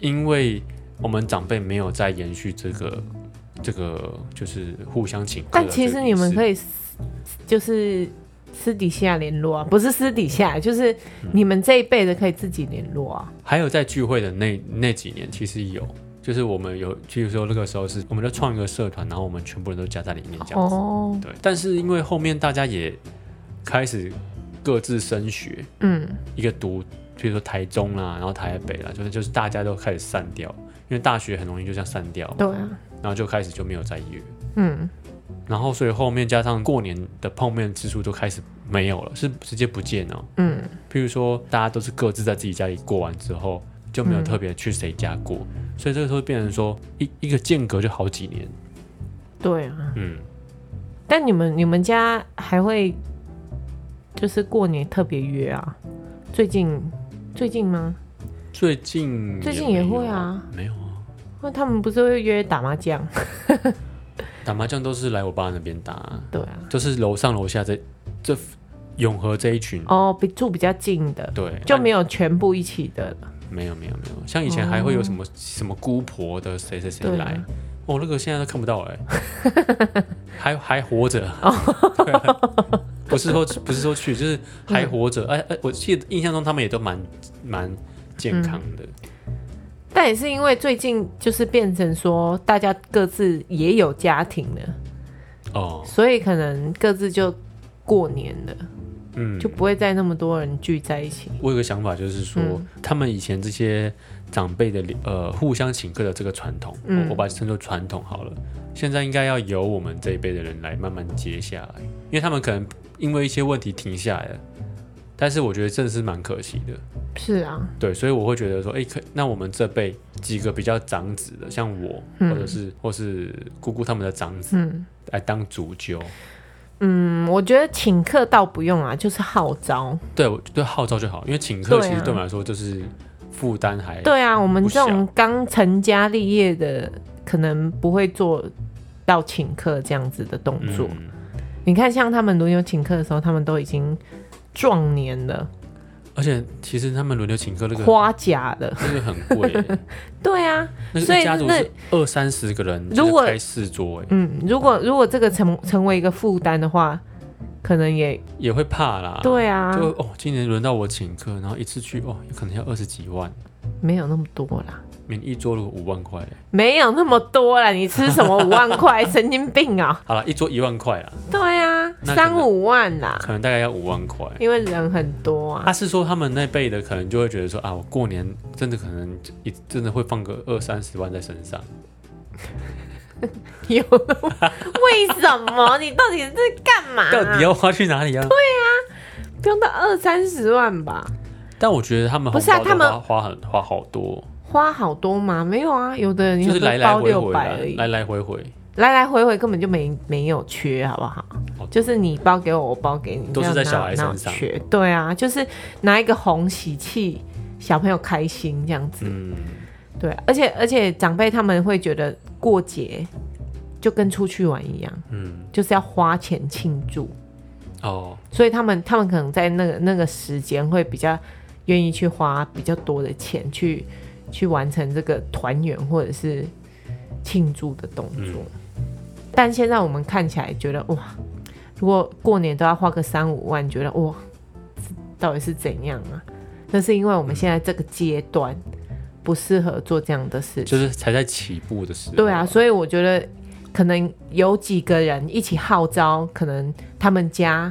[SPEAKER 1] 因为我们长辈没有再延续这个。这个就是互相请客啊的这
[SPEAKER 2] 但
[SPEAKER 1] 个仪
[SPEAKER 2] 其
[SPEAKER 1] 式，
[SPEAKER 2] 实你们可以私就是私底下联络啊，不是私底下，就是
[SPEAKER 1] 嗯
[SPEAKER 2] 你们这一辈的可以自己联络啊。
[SPEAKER 1] 还有在聚会的那那几年，其实有，就是我们有，就是说那个时候是，我们就创一个社团，然后我们全部人都加在里面这样子。
[SPEAKER 2] 哦，
[SPEAKER 1] 对，但是因为后面大家也开始各自升学，
[SPEAKER 2] 嗯，
[SPEAKER 1] 一个读，比如说台中啦，然后台北啦，就是就是大家都开始散掉，因为大学很容易就这样散掉，
[SPEAKER 2] 对啊，
[SPEAKER 1] 然后就开始就没有再约。
[SPEAKER 2] 嗯，
[SPEAKER 1] 然后，所以后面加上过年的碰面次数都开始没有了，是直接不见哦。
[SPEAKER 2] 嗯，
[SPEAKER 1] 譬如说大家都是各自在自己家里过完之后，就没有
[SPEAKER 2] 嗯
[SPEAKER 1] 特别去谁家过，所以这个时候变成说一一个间隔就好几年。
[SPEAKER 2] 对啊。
[SPEAKER 1] 嗯，
[SPEAKER 2] 但你们你们家还会就是过年特别约啊？最近最近吗？
[SPEAKER 1] 最近
[SPEAKER 2] 最近也
[SPEAKER 1] 没有
[SPEAKER 2] 会啊，
[SPEAKER 1] 没有啊，
[SPEAKER 2] 那他们不是会约打麻将？
[SPEAKER 1] 打麻将都是来我爸那边打啊，
[SPEAKER 2] 对啊。
[SPEAKER 1] 都是楼上楼下这这永和这一群。
[SPEAKER 2] 哦，比住比较近的，
[SPEAKER 1] 对，
[SPEAKER 2] 就没
[SPEAKER 1] 有
[SPEAKER 2] 有全部一起的了。
[SPEAKER 1] 没有没有没有，像以前还会有什么、什么姑婆的谁谁谁
[SPEAKER 2] 哦对啊
[SPEAKER 1] 来，哦，那个现在都看不到哎、 还还活着，对啊
[SPEAKER 2] 哦
[SPEAKER 1] 不是说不是说去，就是还活着。哎、哎，我记得印象中他们也都蛮蛮健康的，
[SPEAKER 2] 嗯但也是因为最近就是变成说，大家各自也有家庭了，
[SPEAKER 1] 哦，
[SPEAKER 2] 所以可能各自就过年了，
[SPEAKER 1] 嗯
[SPEAKER 2] 就。不会再那么多人聚在一起。
[SPEAKER 1] 我有个想法，就是说、
[SPEAKER 2] 嗯
[SPEAKER 1] 他们以前这些长辈的呃互相请客的这个传统，
[SPEAKER 2] 嗯
[SPEAKER 1] 我我把它称作传统好了。现在应该要由我们这一辈的人来慢慢接下来，因为他们可能因为一些问题停下来了，但是我觉得真的是蛮可惜的。
[SPEAKER 2] 是啊，
[SPEAKER 1] 对，所以我会觉得说，哎、可那我们这辈几个比较长子的，像我，
[SPEAKER 2] 嗯
[SPEAKER 1] 或者是或是姑姑他们的长子
[SPEAKER 2] 嗯
[SPEAKER 1] 来当主揪，
[SPEAKER 2] 嗯，我觉得请客倒不用啊，就是号召。
[SPEAKER 1] 对，我对号召就好，因为请客
[SPEAKER 2] 对啊
[SPEAKER 1] 其实对我们来说就是负担还
[SPEAKER 2] 对啊，我们
[SPEAKER 1] 哎不
[SPEAKER 2] 这
[SPEAKER 1] 小
[SPEAKER 2] 种刚成家立业的，可能不会做到请客这样子的动作。
[SPEAKER 1] 嗯
[SPEAKER 2] 你看，像他们轮流请客的时候，他们都已经壮年了，
[SPEAKER 1] 而且其实他们轮流请客那个
[SPEAKER 2] 花甲了。
[SPEAKER 1] 那个很 贵耶，
[SPEAKER 2] 对啊，
[SPEAKER 1] 那
[SPEAKER 2] 所
[SPEAKER 1] 个
[SPEAKER 2] 以
[SPEAKER 1] 一家族
[SPEAKER 2] 那
[SPEAKER 1] 是二三十个人，
[SPEAKER 2] 如果
[SPEAKER 1] 就是开四桌哎，
[SPEAKER 2] 嗯，如果如果这个成成为一个负担的话，可能也
[SPEAKER 1] 也会怕啦。。
[SPEAKER 2] 对啊，
[SPEAKER 1] 就哦，今年轮到我请客，然后一次去哦，可能要二十几万，
[SPEAKER 2] 没有那么多啦，
[SPEAKER 1] 免一桌如果五万块耶，
[SPEAKER 2] 没有那么多啦，你吃什么五万块，神经病啊！
[SPEAKER 1] 好了，一桌一万块啦，
[SPEAKER 2] 对啊，
[SPEAKER 1] 那可能
[SPEAKER 2] 三五万啦，
[SPEAKER 1] 可能大概要五万块。
[SPEAKER 2] 因为人很多
[SPEAKER 1] 他
[SPEAKER 2] 啊。
[SPEAKER 1] 是说他们那辈的可能就会觉得说啊，我过年真的可能一真的会放个二三十万在身上，
[SPEAKER 2] 有，为什么？你到底是干嘛、
[SPEAKER 1] 到底要花去哪里啊？
[SPEAKER 2] 不用到二三十万吧？
[SPEAKER 1] 但我觉得他们
[SPEAKER 2] 不
[SPEAKER 1] 红
[SPEAKER 2] 是啊
[SPEAKER 1] 包
[SPEAKER 2] 他
[SPEAKER 1] 都
[SPEAKER 2] 们
[SPEAKER 1] 花花很花好多，
[SPEAKER 2] 花好多吗？没有啊，有的人
[SPEAKER 1] 就是
[SPEAKER 2] 有
[SPEAKER 1] 来
[SPEAKER 2] 的
[SPEAKER 1] 来
[SPEAKER 2] 包
[SPEAKER 1] 回
[SPEAKER 2] 六
[SPEAKER 1] 回
[SPEAKER 2] 百
[SPEAKER 1] 啦
[SPEAKER 2] 而已，
[SPEAKER 1] 来来回回
[SPEAKER 2] 来来回回根本就没没有缺，好不好
[SPEAKER 1] 哦？
[SPEAKER 2] 就是你包给我，我包给你，
[SPEAKER 1] 都是
[SPEAKER 2] 这样
[SPEAKER 1] 在
[SPEAKER 2] 哪
[SPEAKER 1] 小孩
[SPEAKER 2] 哪有
[SPEAKER 1] 身上
[SPEAKER 2] 缺对啊，就是拿一个红喜气，小朋友开心这样子。
[SPEAKER 1] 嗯，
[SPEAKER 2] 对，而且而且长辈他们会觉得过节就跟出去玩一样，
[SPEAKER 1] 嗯，
[SPEAKER 2] 就是要花钱庆祝，
[SPEAKER 1] 哦，
[SPEAKER 2] 所以他们他们可能在那个那个时间会比较愿意去花比较多的钱去去完成这个团圆或者是庆祝的动作。但现在我们看起来觉得哇，如果过年都要花个三五万，觉得哇，到底是怎样啊？那是因为我们现在这个阶段不适合做这样的事情。
[SPEAKER 1] 就是才在起步的时候，
[SPEAKER 2] 对啊，，所以我觉得可能有几个人一起号召，可能他们家，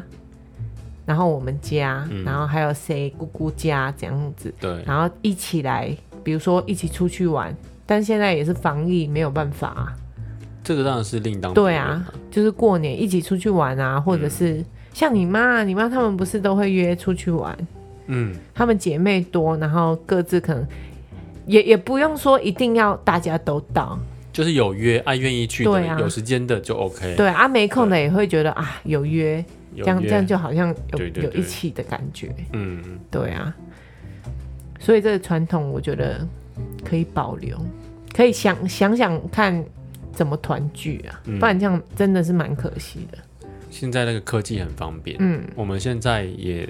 [SPEAKER 2] 然后我们家，
[SPEAKER 1] 嗯
[SPEAKER 2] 然后还有谁姑姑家这样子，
[SPEAKER 1] 对，
[SPEAKER 2] 然后一起来，比如说一起出去玩。但现在也是防疫，没有办法、啊。
[SPEAKER 1] 这个当然是另当别
[SPEAKER 2] 对
[SPEAKER 1] 论
[SPEAKER 2] 啊，，就是过年一起出去玩啊，或者是、像你妈、你妈他们不是都会约出去玩？
[SPEAKER 1] 嗯，
[SPEAKER 2] 她们姐妹多，然后各自可能也也不用说一定要大家都到，
[SPEAKER 1] 就是有约爱愿意去的，
[SPEAKER 2] 对啊
[SPEAKER 1] 有时间的就 OK，
[SPEAKER 2] 对啊，没空的也会觉得啊有约，
[SPEAKER 1] 有
[SPEAKER 2] 这样
[SPEAKER 1] 约
[SPEAKER 2] 这样就好像有
[SPEAKER 1] 对对
[SPEAKER 2] 有
[SPEAKER 1] 对
[SPEAKER 2] 一起的感觉，
[SPEAKER 1] 嗯，
[SPEAKER 2] 对啊。所以这个传统，我觉得可以保留，可以想想想看怎么团聚啊，
[SPEAKER 1] 嗯
[SPEAKER 2] 不然这样真的是蛮可惜的。
[SPEAKER 1] 现在那个科技很方便，
[SPEAKER 2] 嗯，
[SPEAKER 1] 我们现在也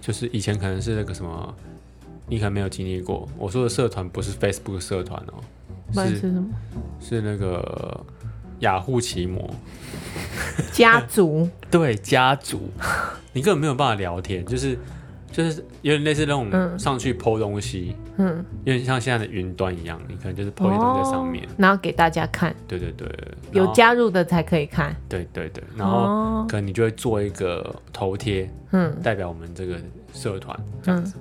[SPEAKER 1] 就是以前可能是那个什么，你可能没有经历过。我说的社团不是 Facebook 社团哦，
[SPEAKER 2] 不然是
[SPEAKER 1] 是
[SPEAKER 2] 什么？
[SPEAKER 1] 是那个雅虎奇摩，
[SPEAKER 2] 家 族
[SPEAKER 1] 对家族， 你根本没有办法聊天，就是就是有点类似那种
[SPEAKER 2] 嗯
[SPEAKER 1] 上去剖东西，
[SPEAKER 2] 嗯，
[SPEAKER 1] 有点像现在的云端一样，你可能就是剖一些东西在上面
[SPEAKER 2] 哦，，然后给大家看，
[SPEAKER 1] 对对对，然
[SPEAKER 2] 有
[SPEAKER 1] 后，
[SPEAKER 2] 加入的才可以看。
[SPEAKER 1] 对对对，然后
[SPEAKER 2] 哦，
[SPEAKER 1] 可能你就会做一个头贴，
[SPEAKER 2] 嗯
[SPEAKER 1] 代表我们这个社团这样子，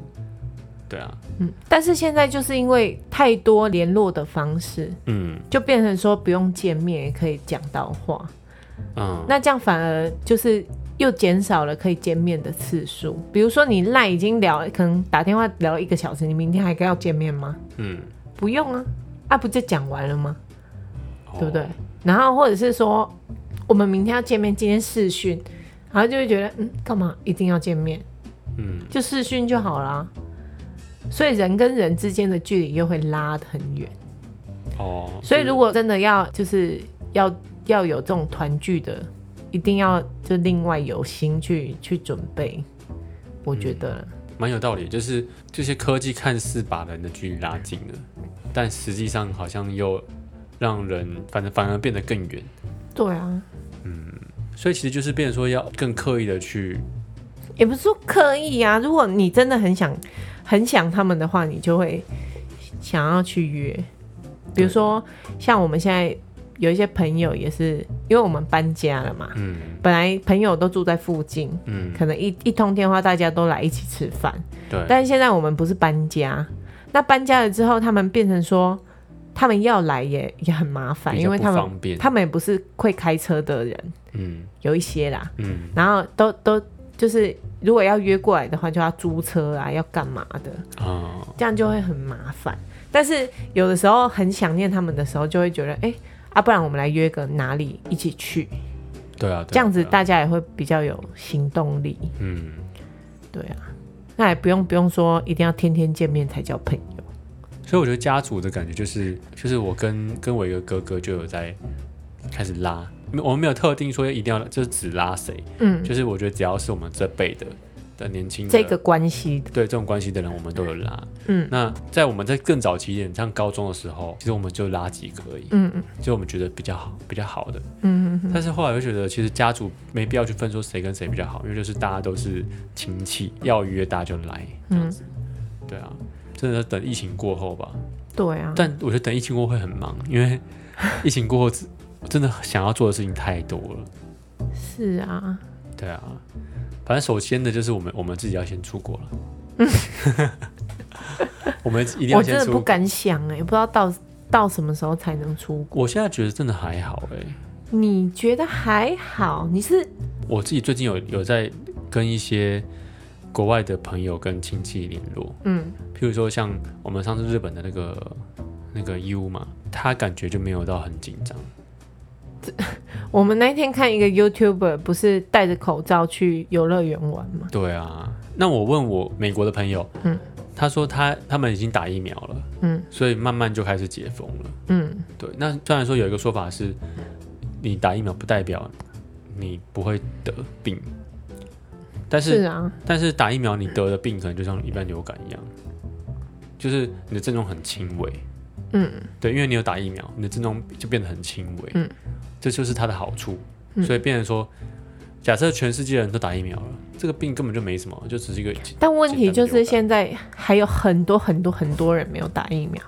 [SPEAKER 1] 对啊，
[SPEAKER 2] 嗯，但是现在就是因为太多联络的方式，
[SPEAKER 1] 嗯
[SPEAKER 2] 就变成说不用见面也可以讲到话，
[SPEAKER 1] 嗯，
[SPEAKER 2] 那这样反而就是又减少了可以见面的次数。比如说你赖已经聊，可能打电话聊一个小时，你明天还要见面吗？
[SPEAKER 1] 嗯，
[SPEAKER 2] 不用啊，啊不就讲完了吗？
[SPEAKER 1] 哦
[SPEAKER 2] 对不对？？然后或者是说我们明天要见面，今天视讯，然后就会觉得嗯，干嘛一定要见面？
[SPEAKER 1] 嗯，
[SPEAKER 2] 就视讯就好啦。所以人跟人之间的距离又会拉得很远。
[SPEAKER 1] 哦，
[SPEAKER 2] 所以如
[SPEAKER 1] 果
[SPEAKER 2] 果真的要就是要要有这种团聚的，一定要就另外有心去去准备，我觉得啦
[SPEAKER 1] 蛮有道理，就是这些科技看似把人的距离拉近了，但实际上好像又让人反正反而变得更远，
[SPEAKER 2] 对啊，
[SPEAKER 1] 所以其实就是变成说要更刻意的去，
[SPEAKER 2] 也不是说刻意啊。如果你真的很想很想他们的话，你就会想要去约。比如说像我们现在有一些朋友也是，因为我们搬家了嘛，
[SPEAKER 1] 嗯
[SPEAKER 2] 本来朋友都住在附近，
[SPEAKER 1] 嗯，
[SPEAKER 2] 可能一一通电话大家都来一起吃饭。
[SPEAKER 1] 对，
[SPEAKER 2] 但是现在我们不是搬家，那搬家了之后，他们变成说，他们要来也也很麻烦，
[SPEAKER 1] 比
[SPEAKER 2] 因
[SPEAKER 1] 较
[SPEAKER 2] 为
[SPEAKER 1] 不
[SPEAKER 2] 他们
[SPEAKER 1] 方便，
[SPEAKER 2] 他们也不是会开车的人，
[SPEAKER 1] 嗯
[SPEAKER 2] 有一些啦，
[SPEAKER 1] 嗯，
[SPEAKER 2] 然后都都就是如果要约过来的话，就要租车啊，要干嘛的，
[SPEAKER 1] 啊，
[SPEAKER 2] 这样就会很麻烦。但是有的时候很想念他们的时候，就会觉得，哎、啊，不然我们来约个哪里一起去，
[SPEAKER 1] 对啊，对啊
[SPEAKER 2] 这样子
[SPEAKER 1] 对啊
[SPEAKER 2] 大家也会比较有行动力，
[SPEAKER 1] 嗯，
[SPEAKER 2] 对啊，那也不用不用说一定要天天见面才叫朋友。
[SPEAKER 1] 所以我觉得家族的感觉就是，就是我跟跟我一个哥哥就有在开始拉，没我们没有特定说一定要，就是只拉谁，
[SPEAKER 2] 嗯，
[SPEAKER 1] 就是我觉得只要是我们这辈的的年轻的
[SPEAKER 2] 这个关系，
[SPEAKER 1] 对这种关系的人，我们都有拉。
[SPEAKER 2] 嗯，
[SPEAKER 1] 那在我们在更早期一点，像高中的时候，其实我们就拉几个而已，
[SPEAKER 2] 嗯嗯
[SPEAKER 1] 就我们觉得比较好、比较好的。
[SPEAKER 2] 嗯嗯
[SPEAKER 1] 但是后来又觉得，其实家族没必要去分说谁跟谁比较好，因为就是大家都是亲戚，
[SPEAKER 2] 嗯
[SPEAKER 1] 要约大家就来这样子。对啊，真的是等疫情过后吧。
[SPEAKER 2] 对啊，
[SPEAKER 1] 但我觉得等疫情过后会很忙，因为疫情过后，真的想要做的事情太多了。
[SPEAKER 2] 是啊，
[SPEAKER 1] 对啊，反正首先的就是我们我们自己要先出国了。 我们一定要
[SPEAKER 2] 我真
[SPEAKER 1] 先
[SPEAKER 2] 的
[SPEAKER 1] 出
[SPEAKER 2] 不
[SPEAKER 1] 国。
[SPEAKER 2] 敢想哎、不知道到到什么时候才能出国。
[SPEAKER 1] 我现在觉得真的还好哎、
[SPEAKER 2] 你觉得还好？你是
[SPEAKER 1] 我自己最近有有在跟一些国外的朋友跟亲戚联络，
[SPEAKER 2] 嗯
[SPEAKER 1] 譬如说像我们上次日本的那个那个 U 嘛，他感觉就没有到很紧张。
[SPEAKER 2] 我们那天看一个 YouTuber，不是戴着口罩去游乐园玩吗？
[SPEAKER 1] 对啊，那我问我美国的朋友，
[SPEAKER 2] 嗯
[SPEAKER 1] 他说他他们已经打疫苗了，
[SPEAKER 2] 嗯
[SPEAKER 1] 所以慢慢就开始解封了。
[SPEAKER 2] 嗯，
[SPEAKER 1] 对，那虽然说有一个说法是，你打疫苗不代表你不会得病，但是
[SPEAKER 2] 是啊，
[SPEAKER 1] 但是打疫苗你得的病可能就像一般流感一样，就是你的症状很轻微。
[SPEAKER 2] 嗯，
[SPEAKER 1] 对，因为你有打疫苗，你的症状就变得很轻微。
[SPEAKER 2] 嗯，
[SPEAKER 1] 这就是它的好处。
[SPEAKER 2] 嗯
[SPEAKER 1] 所以变成说，假设全世界人都打疫苗了，这个病根本就没什么，就只是一个
[SPEAKER 2] 但问题就
[SPEAKER 1] 简单的
[SPEAKER 2] 是
[SPEAKER 1] 流感
[SPEAKER 2] 现在还有很多很多很多人没有打疫苗。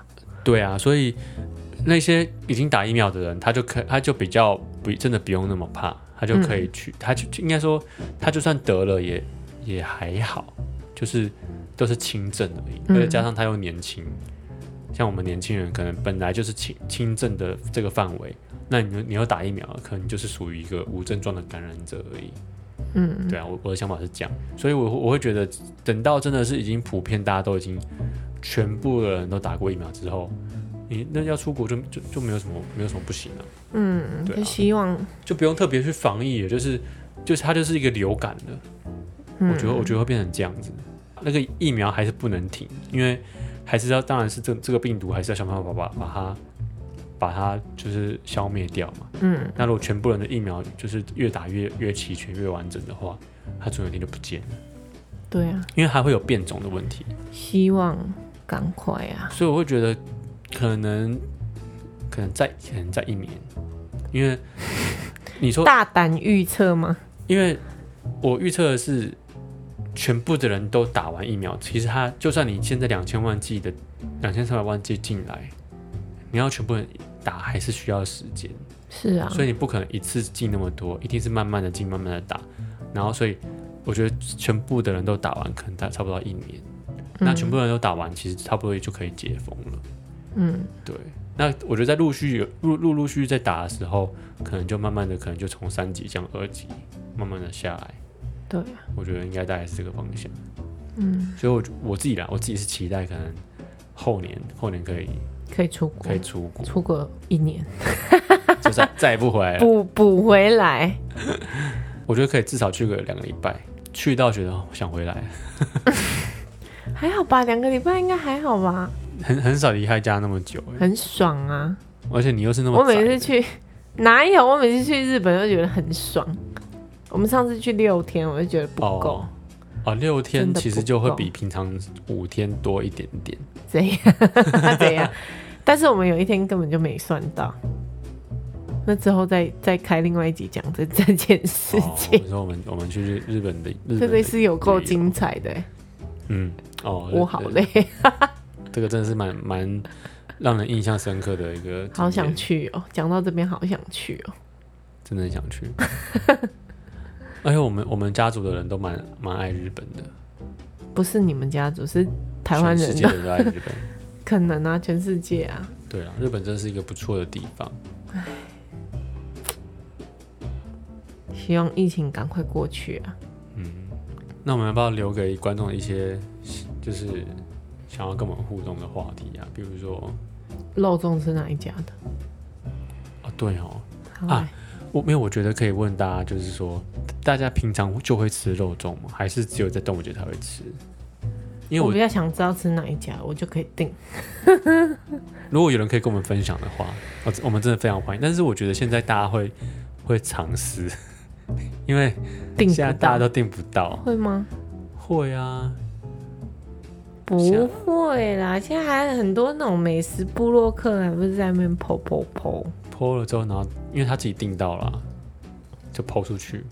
[SPEAKER 1] 对啊，所以那些已经打疫苗的人，他就可他就比较不真的不用那么怕，他就可以去，他就应该说他就算得了也也还好，就是都是轻症而已，
[SPEAKER 2] 嗯
[SPEAKER 1] 而且加上他又年轻，像我们年轻人可能本来就是轻轻症的这个范围，那你你要打疫苗，可能就是属于一个无症状的感染者而已。
[SPEAKER 2] 嗯，
[SPEAKER 1] 对啊，我我的想法是这样，所以我我会觉得，等到真的是已经普遍大家都已经全部的人都打过疫苗之后，你那要出国就就就没有什么没有什么不行了、
[SPEAKER 2] 嗯，
[SPEAKER 1] 对啊
[SPEAKER 2] 就希望，
[SPEAKER 1] 就不用特别去防疫了，就是就是它就是一个流感了。
[SPEAKER 2] 嗯、
[SPEAKER 1] 我觉得我觉得会变成这样子，那个疫苗还是不能停，因为还是要当然是这这个病毒还是要想办法把把它把它就是消灭掉嘛。
[SPEAKER 2] 嗯，
[SPEAKER 1] 那如果全部人的疫苗就是越打越越齐全越完整的话，它总有一天就不见了。
[SPEAKER 2] 对啊，
[SPEAKER 1] 因为还会有变种的问题，
[SPEAKER 2] 希望赶快啊，
[SPEAKER 1] 所以我会觉得可能可能再可能再一年，因为你说，
[SPEAKER 2] 大胆预测吗？
[SPEAKER 1] 因为我预测的是全部的人都打完疫苗，其实他就算你现在两千万剂的两千三百万剂进来，你要全部人打还是需要时间，
[SPEAKER 2] 是啊，
[SPEAKER 1] 所以你不可能一次进那么多，一定是慢慢的进，慢慢的打，然后所以我觉得全部的人都打完，可能大差不多要一年。那全部人都打完，其实差不多也就可以解封了。
[SPEAKER 2] 嗯，
[SPEAKER 1] 对，那我觉得在陆续有陆陆陆续续在打的时候，可能就慢慢的，可能就从三级降二级，慢慢的下来。
[SPEAKER 2] 对啊，
[SPEAKER 1] 我觉得应该大概是这个方向。嗯，所以我我自己啦，我自己是期待可能后年后年可以
[SPEAKER 2] 可以出国
[SPEAKER 1] 可以，出国，
[SPEAKER 2] 出国一年
[SPEAKER 1] 就再再也不回来了。
[SPEAKER 2] 补补回来，
[SPEAKER 1] 我觉得可以至少去个两个礼拜，去到觉得哦想回来，
[SPEAKER 2] 还好吧，两个礼拜应该还好吧，
[SPEAKER 1] 很很少离开家那么久、欸，
[SPEAKER 2] 很爽啊！
[SPEAKER 1] 而且你又是那么
[SPEAKER 2] 我每次
[SPEAKER 1] 宅
[SPEAKER 2] 去哪有？我每次去日本都觉得很爽。我们上次去六天，我就觉得不够
[SPEAKER 1] 哦，哦，六天
[SPEAKER 2] 真的
[SPEAKER 1] 其实
[SPEAKER 2] 不
[SPEAKER 1] 就会
[SPEAKER 2] 够
[SPEAKER 1] 比平常五天多一点点。
[SPEAKER 2] 怎 样怎样？但是我们有一天根本就没算到，那之后再再开另外一集讲这这件事情，
[SPEAKER 1] 哦、我说我们我们去日日本的日
[SPEAKER 2] 这
[SPEAKER 1] 本
[SPEAKER 2] 个
[SPEAKER 1] 的，
[SPEAKER 2] 是有够
[SPEAKER 1] 旅游
[SPEAKER 2] 精彩的欸，
[SPEAKER 1] 嗯，哦，
[SPEAKER 2] 我好
[SPEAKER 1] 对，
[SPEAKER 2] 累，
[SPEAKER 1] 这个真的是蛮蛮让人印象深刻的一个经验，
[SPEAKER 2] 好想去哦！讲到这边，好想去哦。
[SPEAKER 1] 真的很想去。 而且我们我们家族的人都蛮蛮爱日本的，
[SPEAKER 2] 不是你们家族，是台湾
[SPEAKER 1] 全
[SPEAKER 2] 人
[SPEAKER 1] 世界的人都爱日本。
[SPEAKER 2] 可能啊，全世界啊，
[SPEAKER 1] 对啊，日本真是一个不错的地方。
[SPEAKER 2] 希望疫情赶快过去啊！
[SPEAKER 1] 那我们要不要留给观众一些就是想要跟我们互动的话题啊？比如说，
[SPEAKER 2] 肉粽是哪一家的？
[SPEAKER 1] 哦，对哦，
[SPEAKER 2] 好
[SPEAKER 1] 啊
[SPEAKER 2] 来
[SPEAKER 1] 我没有，我觉得可以问大家，就是说，大家平常就会吃肉粽吗？还是只有在端午节才会吃？因为
[SPEAKER 2] 我
[SPEAKER 1] 我
[SPEAKER 2] 比较想知道吃哪一家，我就可以订。
[SPEAKER 1] 如果有人可以跟我们分享的话，我我们真的非常欢迎。但是我觉得现在大家会会尝试， 因为
[SPEAKER 2] 订
[SPEAKER 1] 现在
[SPEAKER 2] 不
[SPEAKER 1] 大家
[SPEAKER 2] 到
[SPEAKER 1] 都订不到。
[SPEAKER 2] 会吗？
[SPEAKER 1] 会啊，
[SPEAKER 2] 不会啦，现在还很多那种美食部落客，还不是在那边剖剖剖。
[SPEAKER 1] p 了之后，然后因为他自己订到了，就 p 出去，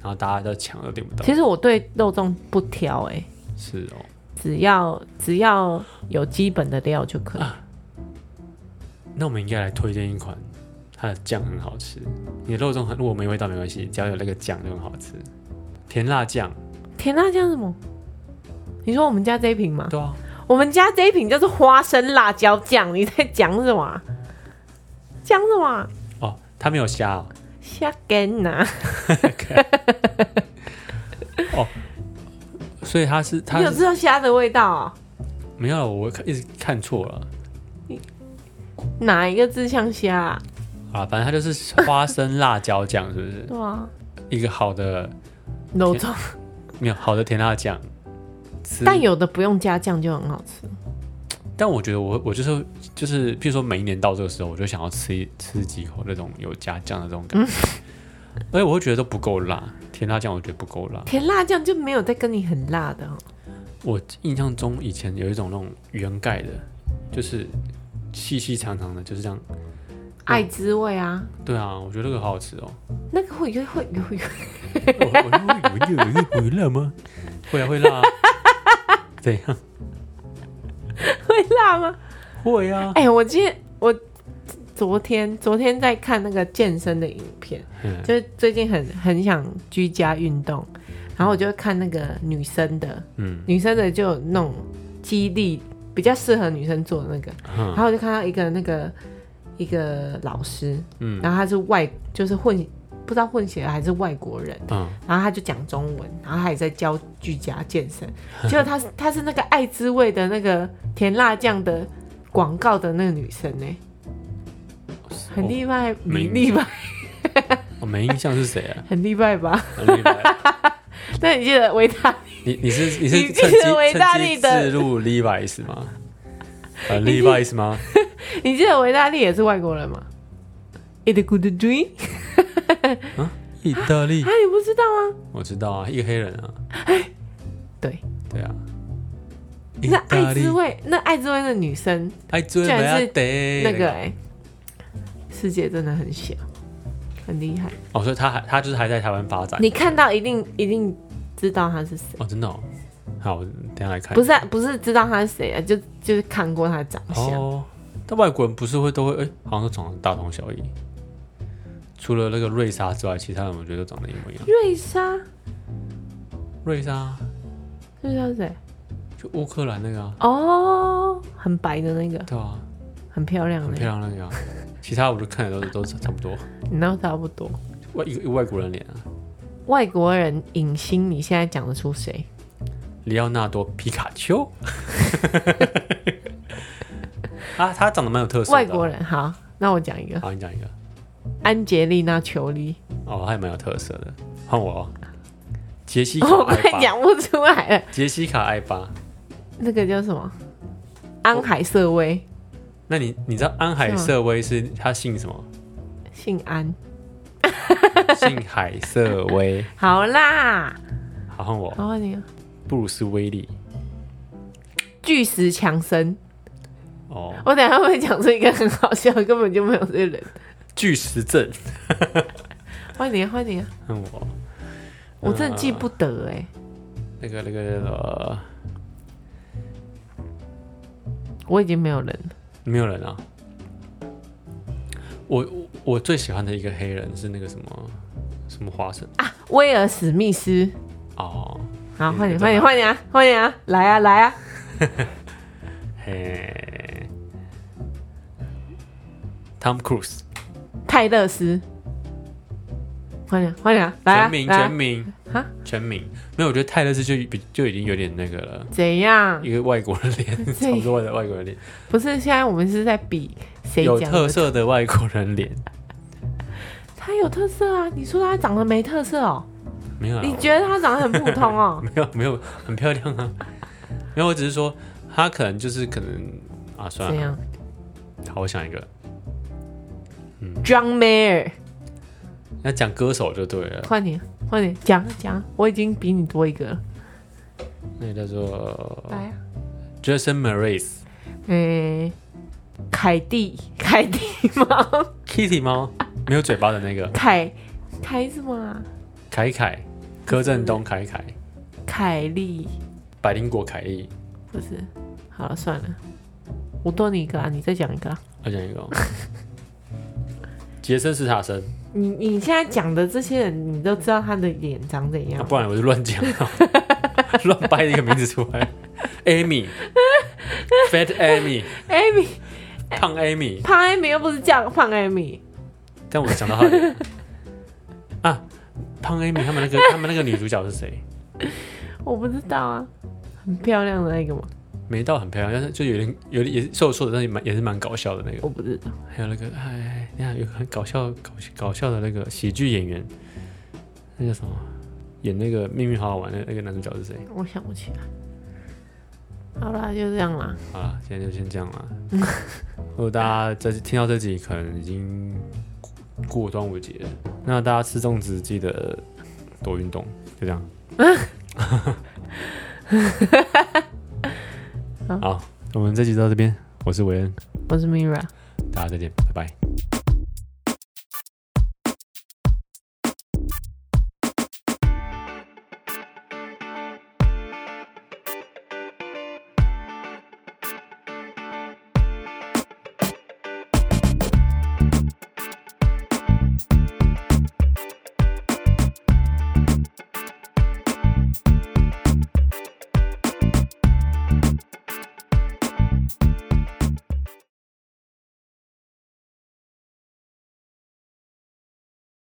[SPEAKER 1] 然后大家都抢都订不到。
[SPEAKER 2] 其实我对肉粽不挑哎、
[SPEAKER 1] 是哦，
[SPEAKER 2] 只要只要
[SPEAKER 1] 啊
[SPEAKER 2] 有基本的料就可以。
[SPEAKER 1] 那我们应该来推荐一款，它的酱很好吃。你的肉粽很如果没味道没关系，只要有那个酱就很好吃。甜辣酱，
[SPEAKER 2] 甜辣酱是什么？你说我们家这一瓶吗？
[SPEAKER 1] 对啊，
[SPEAKER 2] 我们家这一瓶叫做花生辣椒酱，你在讲什么啊？讲什么啊？
[SPEAKER 1] 哦，它没有虾、哦，
[SPEAKER 2] 瞎干呐！
[SPEAKER 1] 所以它是它
[SPEAKER 2] 你有
[SPEAKER 1] 是
[SPEAKER 2] 吃到虾的味道啊、
[SPEAKER 1] 没有，我看一直看错了。
[SPEAKER 2] 哪一个字像虾、啊？
[SPEAKER 1] 啊，反正它就是花生辣椒酱，是不是？
[SPEAKER 2] 对啊，
[SPEAKER 1] 一个好的
[SPEAKER 2] 肉粽，
[SPEAKER 1] 没有好的甜辣酱，吃
[SPEAKER 2] 但有的不用加酱就很好吃。
[SPEAKER 1] 但我觉得我我就是就是，譬如说每一年到这个时候，我就想要吃一吃几口那种有加酱的这种感觉，
[SPEAKER 2] 嗯
[SPEAKER 1] 而且我会觉得都不够辣，甜辣酱我觉得不够辣。
[SPEAKER 2] 甜辣酱就没有再跟你很辣的、
[SPEAKER 1] 嗯
[SPEAKER 2] 哦，
[SPEAKER 1] 我印象中以前有一种那种圆盖的，就是细细长长的，就是这样。
[SPEAKER 2] 爱滋味啊，
[SPEAKER 1] 对啊，我觉得那个好好吃哦。
[SPEAKER 2] 那个会会会会会
[SPEAKER 1] 我我我我我会辣吗？ 会啊会辣啊，怎样？
[SPEAKER 2] 会辣吗？
[SPEAKER 1] 会啊。
[SPEAKER 2] 哎、我今天我昨天昨天在看那个健身的影片，
[SPEAKER 1] 嗯
[SPEAKER 2] 就是最近很很想居家运动，然后我就看那个女生的，
[SPEAKER 1] 嗯
[SPEAKER 2] 女生的就有那种激励比较适合女生做的那个，然
[SPEAKER 1] 哼
[SPEAKER 2] 后我就看到一个那个一个老师，
[SPEAKER 1] 嗯
[SPEAKER 2] 然后他是外就是混不知道混血儿还是外国人，
[SPEAKER 1] 嗯
[SPEAKER 2] 然后他就讲中文，然后他也在教居家健身，结果他是他是那个爱滋味的那个甜辣酱的广告的那个女生呢、很厉害，
[SPEAKER 1] 哦没
[SPEAKER 2] 你厉害，
[SPEAKER 1] 我哦没印象是谁啊？
[SPEAKER 2] 很厉害吧？
[SPEAKER 1] 很厉害。
[SPEAKER 2] 那你记得维他，
[SPEAKER 1] 你你是你
[SPEAKER 2] 你
[SPEAKER 1] 是
[SPEAKER 2] 记
[SPEAKER 1] 趁机
[SPEAKER 2] 得维大
[SPEAKER 1] 趁
[SPEAKER 2] 利
[SPEAKER 1] 机
[SPEAKER 2] 的
[SPEAKER 1] 自入 Levi's 吗？呃，Levi's 吗？
[SPEAKER 2] 你记得维大利也是外国人吗？It good dream，
[SPEAKER 1] 意大利
[SPEAKER 2] 啊，，你不知道吗？
[SPEAKER 1] 我知道啊，一个黑人啊，
[SPEAKER 2] 哎对，
[SPEAKER 1] 对啊。意
[SPEAKER 2] 那
[SPEAKER 1] 大
[SPEAKER 2] 爱
[SPEAKER 1] 利
[SPEAKER 2] 滋，味，那爱滋味的女生
[SPEAKER 1] 爱追
[SPEAKER 2] 居然是
[SPEAKER 1] 得
[SPEAKER 2] 那个哎、世界真的很小，很厉害。
[SPEAKER 1] 哦，所以他还他就是还在台湾发展
[SPEAKER 2] 你看到一定一定知道她是谁。
[SPEAKER 1] 哦，真的哦。好，我等一下来看
[SPEAKER 2] 不。是啊、不是知道他是谁啊，就就是看过他的长相。
[SPEAKER 1] 哦，但外国人不是会都会哎，好像都长得大同小异，除了那个瑞莎之外，其他人我觉得都长得一模一样。
[SPEAKER 2] 瑞莎，
[SPEAKER 1] 瑞莎
[SPEAKER 2] 瑞莎是谁？
[SPEAKER 1] 就乌克兰那个啊，
[SPEAKER 2] 哦，很白的那个，
[SPEAKER 1] 对啊，
[SPEAKER 2] 很漂亮
[SPEAKER 1] 很
[SPEAKER 2] 的，
[SPEAKER 1] 漂亮那个啊。其他我就看的都都差不多。
[SPEAKER 2] 你那差不多。
[SPEAKER 1] 外一个一个外国人脸啊，
[SPEAKER 2] 外国人影星，你现在讲得出谁？
[SPEAKER 1] 里奥纳多皮卡丘， 啊，他长得蛮有特色的啊。
[SPEAKER 2] 外国人，好，那我讲一个，
[SPEAKER 1] 好，你讲一个，
[SPEAKER 2] 安杰丽娜·裘丽。
[SPEAKER 1] 哦，他也蛮有特色的。换我、哦，杰西卡
[SPEAKER 2] 我
[SPEAKER 1] 艾
[SPEAKER 2] 快
[SPEAKER 1] 巴，
[SPEAKER 2] 讲不出来了，
[SPEAKER 1] 杰西卡艾巴。
[SPEAKER 2] 那个叫什么？安海瑟薇，
[SPEAKER 1] 那你你知道安海瑟薇是他姓什么？
[SPEAKER 2] 姓安。
[SPEAKER 1] 姓海瑟薇。
[SPEAKER 2] 好啦，
[SPEAKER 1] 哦好，换我，
[SPEAKER 2] 然后你
[SPEAKER 1] 布鲁斯威利。
[SPEAKER 2] 巨石强森，
[SPEAKER 1] 哦，
[SPEAKER 2] 我等一下会不会讲出一个很好笑，根本就没有这个人。
[SPEAKER 1] 巨石阵。
[SPEAKER 2] 换你啊，换你啊，
[SPEAKER 1] 换我，
[SPEAKER 2] 我真
[SPEAKER 1] 呃
[SPEAKER 2] 的记不得哎、
[SPEAKER 1] 那个那个呃，
[SPEAKER 2] 我已经没有人了。
[SPEAKER 1] 没有人啊。我我我最喜欢的一个黑人是那个什么什么花生
[SPEAKER 2] 威尔史密斯，
[SPEAKER 1] 哦，
[SPEAKER 2] 好，
[SPEAKER 1] 嗯
[SPEAKER 2] 换你，
[SPEAKER 1] 你
[SPEAKER 2] 换你，
[SPEAKER 1] 干嘛
[SPEAKER 2] 换你啊，换你啊，来啊，来啊，
[SPEAKER 1] 嘿，Tom Cruise，
[SPEAKER 2] 泰勒斯，换你啊，换你啊，来啊
[SPEAKER 1] 全，名
[SPEAKER 2] 来
[SPEAKER 1] 全
[SPEAKER 2] 啊，
[SPEAKER 1] 名
[SPEAKER 2] 啊
[SPEAKER 1] 全名，没有，我觉得泰勒斯就比就已经有点那个了，
[SPEAKER 2] 怎样
[SPEAKER 1] 一？个外国人 脸，
[SPEAKER 2] 这
[SPEAKER 1] 差不多的外国人脸，
[SPEAKER 2] 不是，现在我们是在比谁
[SPEAKER 1] 有
[SPEAKER 2] 讲
[SPEAKER 1] 特
[SPEAKER 2] 的，
[SPEAKER 1] 色的外国人脸，
[SPEAKER 2] 他有特色啊！你说他长得没特色哦？
[SPEAKER 1] 没有啦，啊？
[SPEAKER 2] 你觉得他长得很普通哦
[SPEAKER 1] 没有没有，很漂亮啊，没有，我只是说他可能就是可能 啊，算
[SPEAKER 2] 怎
[SPEAKER 1] 了，
[SPEAKER 2] 样
[SPEAKER 1] 好，我想一个，
[SPEAKER 2] ？John Mayer，
[SPEAKER 1] 那讲歌手就对了，
[SPEAKER 2] 换你，换你，讲讲，我已经比你多一个了，
[SPEAKER 1] 那个叫做
[SPEAKER 2] 来啊，
[SPEAKER 1] Jason Mraz。
[SPEAKER 2] 诶，呃凯蒂， 凯蒂吗？
[SPEAKER 1] Kitty 猫没有嘴巴的那个
[SPEAKER 2] 凯，凯什么啊？
[SPEAKER 1] 凯凯，柯震东凯凯，
[SPEAKER 2] 凯莉。
[SPEAKER 1] 百灵果凯莉，
[SPEAKER 2] 不是，好了算了，我多你一个啊，你再讲一个、啊。
[SPEAKER 1] 我讲一个、哦，杰森·斯塔森，
[SPEAKER 2] 你你现在讲的这些人，你都知道他的脸长怎
[SPEAKER 1] 啊
[SPEAKER 2] 样？
[SPEAKER 1] 不然我就乱讲， 乱掰一个名字出来。Amy，Fat Amy，
[SPEAKER 2] 艾米
[SPEAKER 1] 胖 Amy，
[SPEAKER 2] 胖艾米又不是叫胖艾米，
[SPEAKER 1] 但我想到她的脸啊，胖 Amy 他们那个他们那个女主角是谁？
[SPEAKER 2] 我不知道啊，很漂亮的那个吗？
[SPEAKER 1] 没到很漂亮，但是就有点有点也是瘦瘦的，但是蛮也是蛮搞笑的那个。
[SPEAKER 2] 我不知道，
[SPEAKER 1] 还有那个哎，你看有个很搞笑搞搞笑的那个喜剧演员，那叫什么？演那个《命运好好玩》的那个男主角是谁？
[SPEAKER 2] 我想不起来。好啦，就这样啦。
[SPEAKER 1] 好了，今天就先这样了。如果大家这听到这集，可能已经过端午节了，那大家吃粽子记得多运动，就这样。好，我们这集到这边，我是韦恩，
[SPEAKER 2] 我是 Mira。
[SPEAKER 1] 大家再见，拜拜。